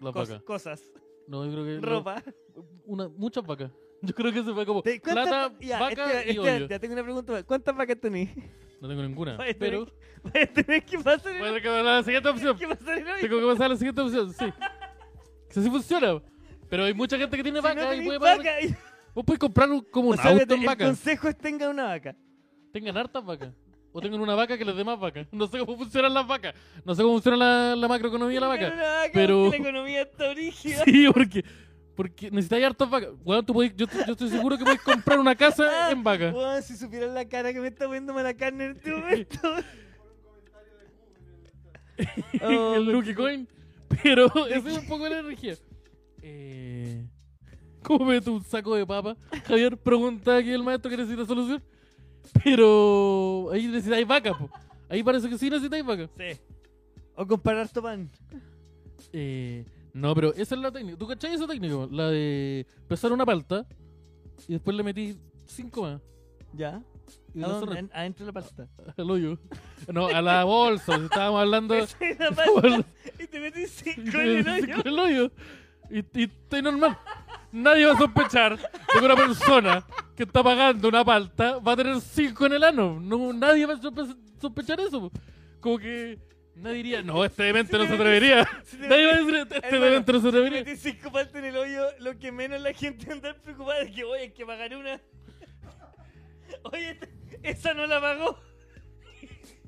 S1: la
S2: cos-
S1: vaca.
S2: cosas,
S1: Eh, No, yo creo que.
S2: ropa.
S1: Una, muchas vacas. Yo creo que se fue como
S2: ¿Te- cuántas
S1: plata,
S2: va- ya,
S1: vaca
S2: Esteban,
S1: y
S2: Esteban,
S1: hoyo.
S2: ya tengo una pregunta. más. ¿Cuántas vacas tenés?
S1: No tengo ninguna.
S2: Voy a tener
S1: Pero.
S2: que- voy a tener que pasar
S1: Voy a
S2: el,
S1: tener que hablar de la siguiente opción.
S2: que pasar el hoyo.
S1: Tengo que pasar a la siguiente opción, sí. Que así funciona. Pero hay mucha gente que tiene
S2: Si no
S1: vaca y
S2: tenés
S1: puede pagar-
S2: vaca, y-
S1: Vos podés comprar un- como
S2: o
S1: un
S2: sea,
S1: auto en
S2: el
S1: vaca.
S2: consejo es tenga una vaca.
S1: tengan hartas vacas. O tengan una vaca que les dé más vacas. No sé cómo funcionan las vacas. No sé cómo funciona la, la macroeconomía de la
S2: Tenga
S1: vaca.
S2: una vaca,
S1: pero-
S2: porque La economía está rígida.
S1: Sí, porque, porque necesitáis hartas vacas. Weón, tú podés- yo, yo estoy seguro que podéis comprar una casa en vaca.
S2: Weón, si supieran la cara que me está poniendo mala carne en este momento. Oh,
S1: el Lucky Coin. Pero esa es un poco la energía. Eh, ¿Cómo ves un saco de papa? Javier pregunta aquí el maestro que necesita solución. Pero ahí necesitáis vacas, po. Ahí parece que sí necesitáis vacas.
S2: sí. O comparar tu pan.
S1: Eh, no, pero esa es la técnica. ¿Tú cachai esa técnica? La de pesar una palta y después le metí cinco más.
S2: ¿Ya?
S1: Y
S2: ¿A
S1: lo
S2: dónde?
S1: cerré.
S2: En- Adentro de la pasta.
S1: Al hoyo. No, a la bolsa. si estábamos hablando.
S2: Esa es la
S1: Bueno.
S2: pasta. y te metí cinco en el hoyo.
S1: Con el hoyo. Y, y está normal. Nadie va a sospechar de que una persona que está pagando una palta va a tener cinco en el ano. No, nadie va a sospe- sospechar eso. Como que nadie diría, no, este demente no se atrevería.
S2: Si te
S1: Nadie va a
S2: metí-
S1: decir, este
S2: Hermano,
S1: demente no se
S2: te
S1: atrevería.
S2: metí cinco paltas en el hoyo, lo que menos la gente va a andar preocupada es que, oye, es que pagar una. Oye, esta- esa no la pagó.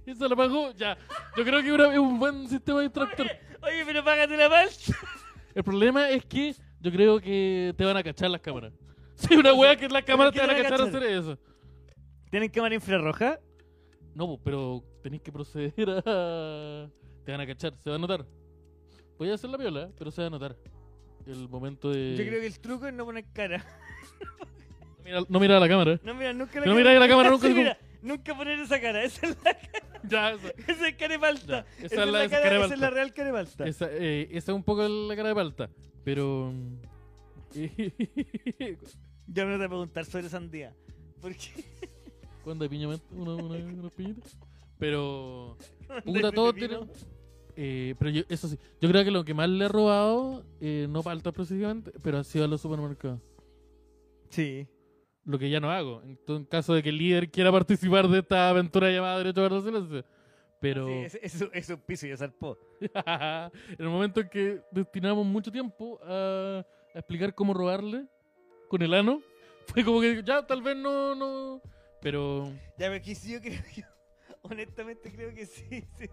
S1: Eso lo pagó, ya. Yo creo que una- es un buen sistema distractor.
S2: Oye, pero págate la palta.
S1: El problema es que yo creo que te van a cachar las cámaras. Sí, una wea que las cámaras te
S2: ¿Pero
S1: van a
S2: qué te
S1: cachar
S2: van a
S1: a hacer eso.
S2: ¿Tienen cámara infrarroja?
S1: No, po, pero tenés que proceder a... Te van a cachar, se va a notar. Voy a hacer la viola, pero se va a notar. El momento de...
S2: Yo creo que el truco es no poner cara.
S1: No mira, no mira a la cámara.
S2: No mira nunca la
S1: No miráis a la cámara nunca, es
S2: Sí,
S1: como-
S2: mira, nunca poner esa cara. Esa es la,
S1: Ya, esa,
S2: esa es cara de palta.
S1: Ya,
S2: Esa, es la,
S1: esa
S2: cara,
S1: cara de
S2: esa es la
S1: palta.
S2: real cara de palta.
S1: esa, eh, esa es un poco la cara de palta. Pero... mm,
S2: Ya me voy a preguntar sobre sandía. ¿Por qué?
S1: ¿Cuándo hay piña más? Una, una, una piñita. Pero...
S2: ¿De
S1: Puta, todo tiene.
S2: pepino?
S1: Eh, pero yo, eso sí, yo creo que lo que más le he robado, eh, no palta precisamente, pero ha sido a los supermercados.
S2: Sí.
S1: Lo que ya no hago. En, todo- en caso de que el líder quiera participar de esta aventura llamada Derecho a guardar silencio. Pero
S2: sí es, es, un- es un piso y ya zarpó.
S1: en el momento en que destinamos mucho tiempo a, a explicar cómo robarle con el ano, fue como que ya tal vez no, no. Pero
S2: Ya, pero que sí, yo creo que. Honestamente, creo que sí. sí.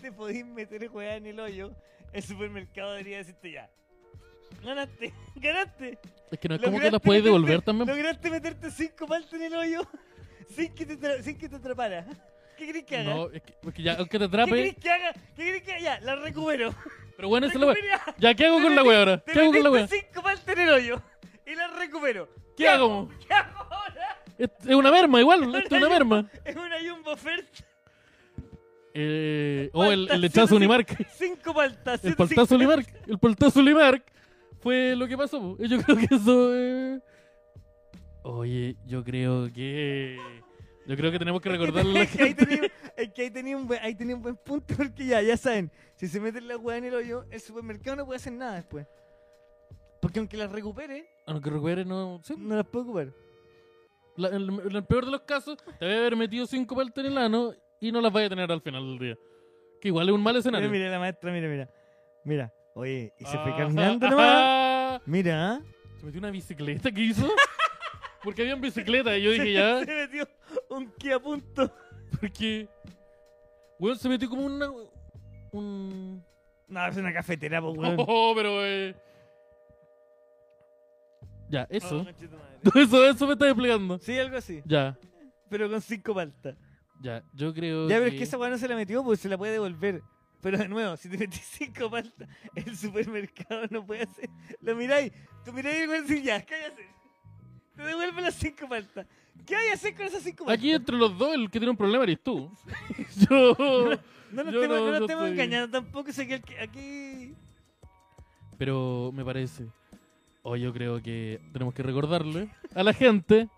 S2: Te podís meter juega en el hoyo. El supermercado debería decirte ya. Ganaste, ganaste.
S1: es que no es
S2: Lograste
S1: como que las puedes devolver
S2: meterte-
S1: también.
S2: Lograste meterte cinco paltas en el hoyo. Sin que te, tra- sin que te atrapara. ¿Qué crees que haga?
S1: No, es que, es que ya, aunque te
S2: ¿Qué crees
S1: atrape.
S2: que haga? ¿Qué crees que haga? Ya, la recupero.
S1: Pero bueno, esa es la wea.
S2: Recuperé-
S1: Ya, ¿qué hago
S2: Te
S1: con la
S2: metí-
S1: wea ahora?
S2: Te
S1: ¿Qué hago con la wea?
S2: metiste cinco para en el hoyo. Y la recupero.
S1: ¿Qué hago?
S2: ¿Qué hago ahora?
S1: Es es una merma, igual, esto es una merma.
S2: Es una Jumbo Fert.
S1: Eh, o el, el
S2: Falta
S1: lechazo
S2: siete-
S1: Unimark.
S2: Cinco paltas.
S1: El
S2: siete-
S1: portazo
S2: cinco-
S1: Unimark. El portazo Unimark fue lo que pasó. po. Yo creo que eso. eh. Oye, yo creo que. Yo creo que tenemos que recordarle a la
S2: Es que ahí
S1: gente.
S2: tenía- es que ahí tenía un buen, ahí tenía un buen punto porque ya, ya saben, si se meten la weá en el hoyo, el supermercado no puede hacer nada después. Porque aunque las recupere,
S1: Aunque recupere, no. sí,
S2: no las puede ocupar.
S1: la- en el- en el peor de los casos, te voy a haber metido cinco paltas en el ano y no las vaya a tener al final del día. Que igual es un mal
S2: Mira,
S1: escenario.
S2: mira la maestra, mira, mira. Mira, oye, y se fue
S1: Ah,
S2: caminando
S1: ah,
S2: nomás.
S1: ah.
S2: Mira, ¿ah?
S1: Se metió una bicicleta que hizo. Porque había bicicleta. Y yo dije, ya.
S2: se metió un Kia punto.
S1: Porque. Weón, se metió como una. Un.
S2: No, es una cafetera, pues
S1: Oh,
S2: weón.
S1: pero. eh. Ya, eso.
S2: Oh, conchetumadre.
S1: Eso, eso me estás explicando.
S2: Sí, algo así,
S1: Ya,
S2: pero con cinco paltas.
S1: ya. Yo creo.
S2: Ya, pero es que esa weá no se la metió, pues se la puede devolver. Pero de nuevo, si te metís cinco paltas, el supermercado no puede hacer. Lo miráis, tú miráis y el weón decís, ya, ¿qué hay que hacer? Te devuelve las cinco paltas. ¿Qué hay que hacer con esas cinco paltas?
S1: Aquí entre los dos el que tiene un problema eres tú. yo.
S2: no nos
S1: yo
S2: estemos,
S1: no-
S2: no, nos
S1: yo
S2: estemos
S1: estoy-
S2: engañando tampoco, sé que el que- aquí.
S1: Pero me parece. O yo creo que tenemos que recordarle a la gente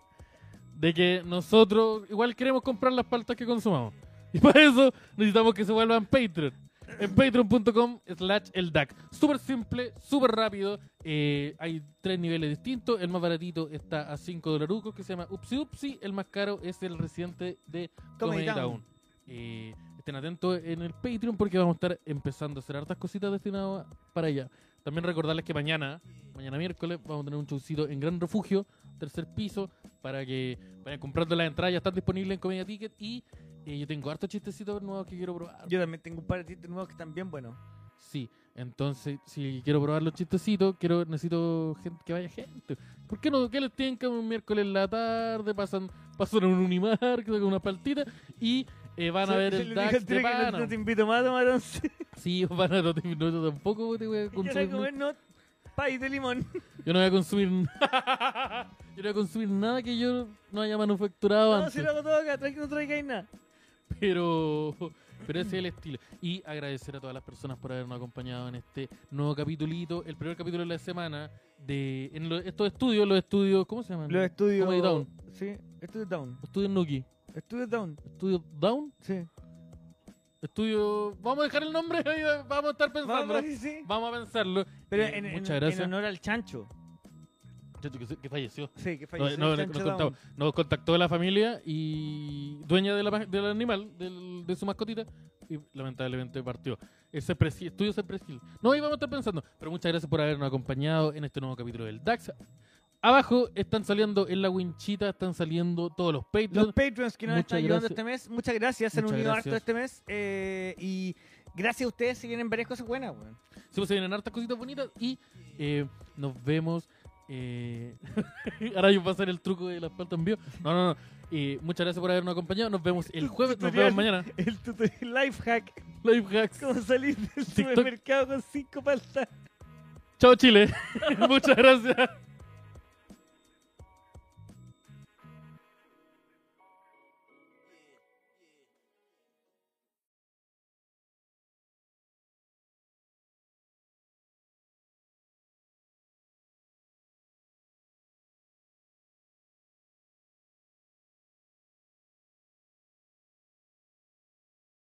S1: de que nosotros igual queremos comprar las paltas que consumamos. Y para eso necesitamos que se vuelvan Patreon. En patreon.com slash el DAC. Súper simple, súper rápido. Eh, hay tres niveles distintos. El más baratito está a 5 dolarucos que se llama Upsi Upsi. El más caro es el reciente de Comedy,
S2: Comedy
S1: Town.
S2: Town.
S1: Eh, estén atentos en el Patreon porque vamos a estar empezando a hacer hartas cositas destinadas para allá. También recordarles que mañana, mañana miércoles, vamos a tener un showcito en Gran Refugio, tercer piso, para que vayan comprando las entradas, ya están disponibles en Comedia Ticket y eh, yo tengo hartos chistecitos nuevos que quiero probar.
S2: Yo también tengo un par de títulos nuevos que están bien buenos.
S1: Sí, entonces, si quiero probar los chistecitos, quiero, necesito gente, que vaya gente. ¿Por qué no? Que les tienen un miércoles en la tarde, pasan, pasan en un Unimar, que sacan una paltita y eh, van a
S2: Yo-
S1: ver
S2: yo
S1: el
S2: le dije al
S1: DAX
S2: tiro
S1: de
S2: que no-
S1: pana.
S2: No te invito más a tomar once.
S1: Sí, van a no te- no, yo tampoco pues, te voy a
S2: Yo
S1: consumir.
S2: comer no. Pay de limón.
S1: Yo no voy a consumir. yo no voy a consumir nada que yo no haya manufacturado
S2: No,
S1: antes.
S2: si lo hago todo acá, tranqui, no traigáis nada.
S1: Pero, pero ese es el estilo. Y agradecer a todas las personas por habernos acompañado en este nuevo capitulito, el primer capítulo de la semana de en lo- estos estudios, los estudios, ¿cómo se llaman?
S2: Los estudios.
S1: Comedy Town.
S2: Sí, estudios Down.
S1: Estudios Nuki.
S2: Estudios Down,
S1: Estudio Down.
S2: sí.
S1: Estudio. Vamos a dejar el nombre, ahí va- vamos a estar pensando.
S2: Vamos,
S1: Vamos,
S2: sí, sí.
S1: a pensarlo.
S2: Pero
S1: Eh,
S2: en, en-
S1: muchas gracias.
S2: en honor al chancho.
S1: Chacho, que, se- que falleció.
S2: Sí, que
S1: No,
S2: falleció.
S1: no, nos,
S2: el chancho
S1: contaba-
S2: Down.
S1: nos contactó la familia y dueña de la ma- del animal, del- de su mascotita, y lamentablemente partió. Ese presi- estudio se presil. No íbamos a estar pensando, pero muchas gracias por habernos acompañado en este nuevo capítulo del DAX. Abajo están saliendo en la winchita, están saliendo todos los
S2: Los
S1: Patreons.
S2: patrons que nos
S1: Muchas
S2: están ayudando
S1: gracias.
S2: este mes, muchas gracias, se han
S1: Muchas
S2: unido
S1: gracias.
S2: harto este mes. eh, y gracias a ustedes se vienen varias cosas buenas, weón.
S1: Sí, pues, se vienen hartas cositas bonitas y eh, nos vemos. eh, Ahora yo voy a hacer el truco de las paltas en vivo. No, no, no. Eh, muchas gracias por habernos acompañado. Nos vemos el jueves. Nos vemos mañana.
S2: El tutorial life hack,
S1: Live hacks.
S2: cómo salir del
S1: TikTok.
S2: supermercado con cinco paltas.
S1: Chao Chile. Muchas gracias.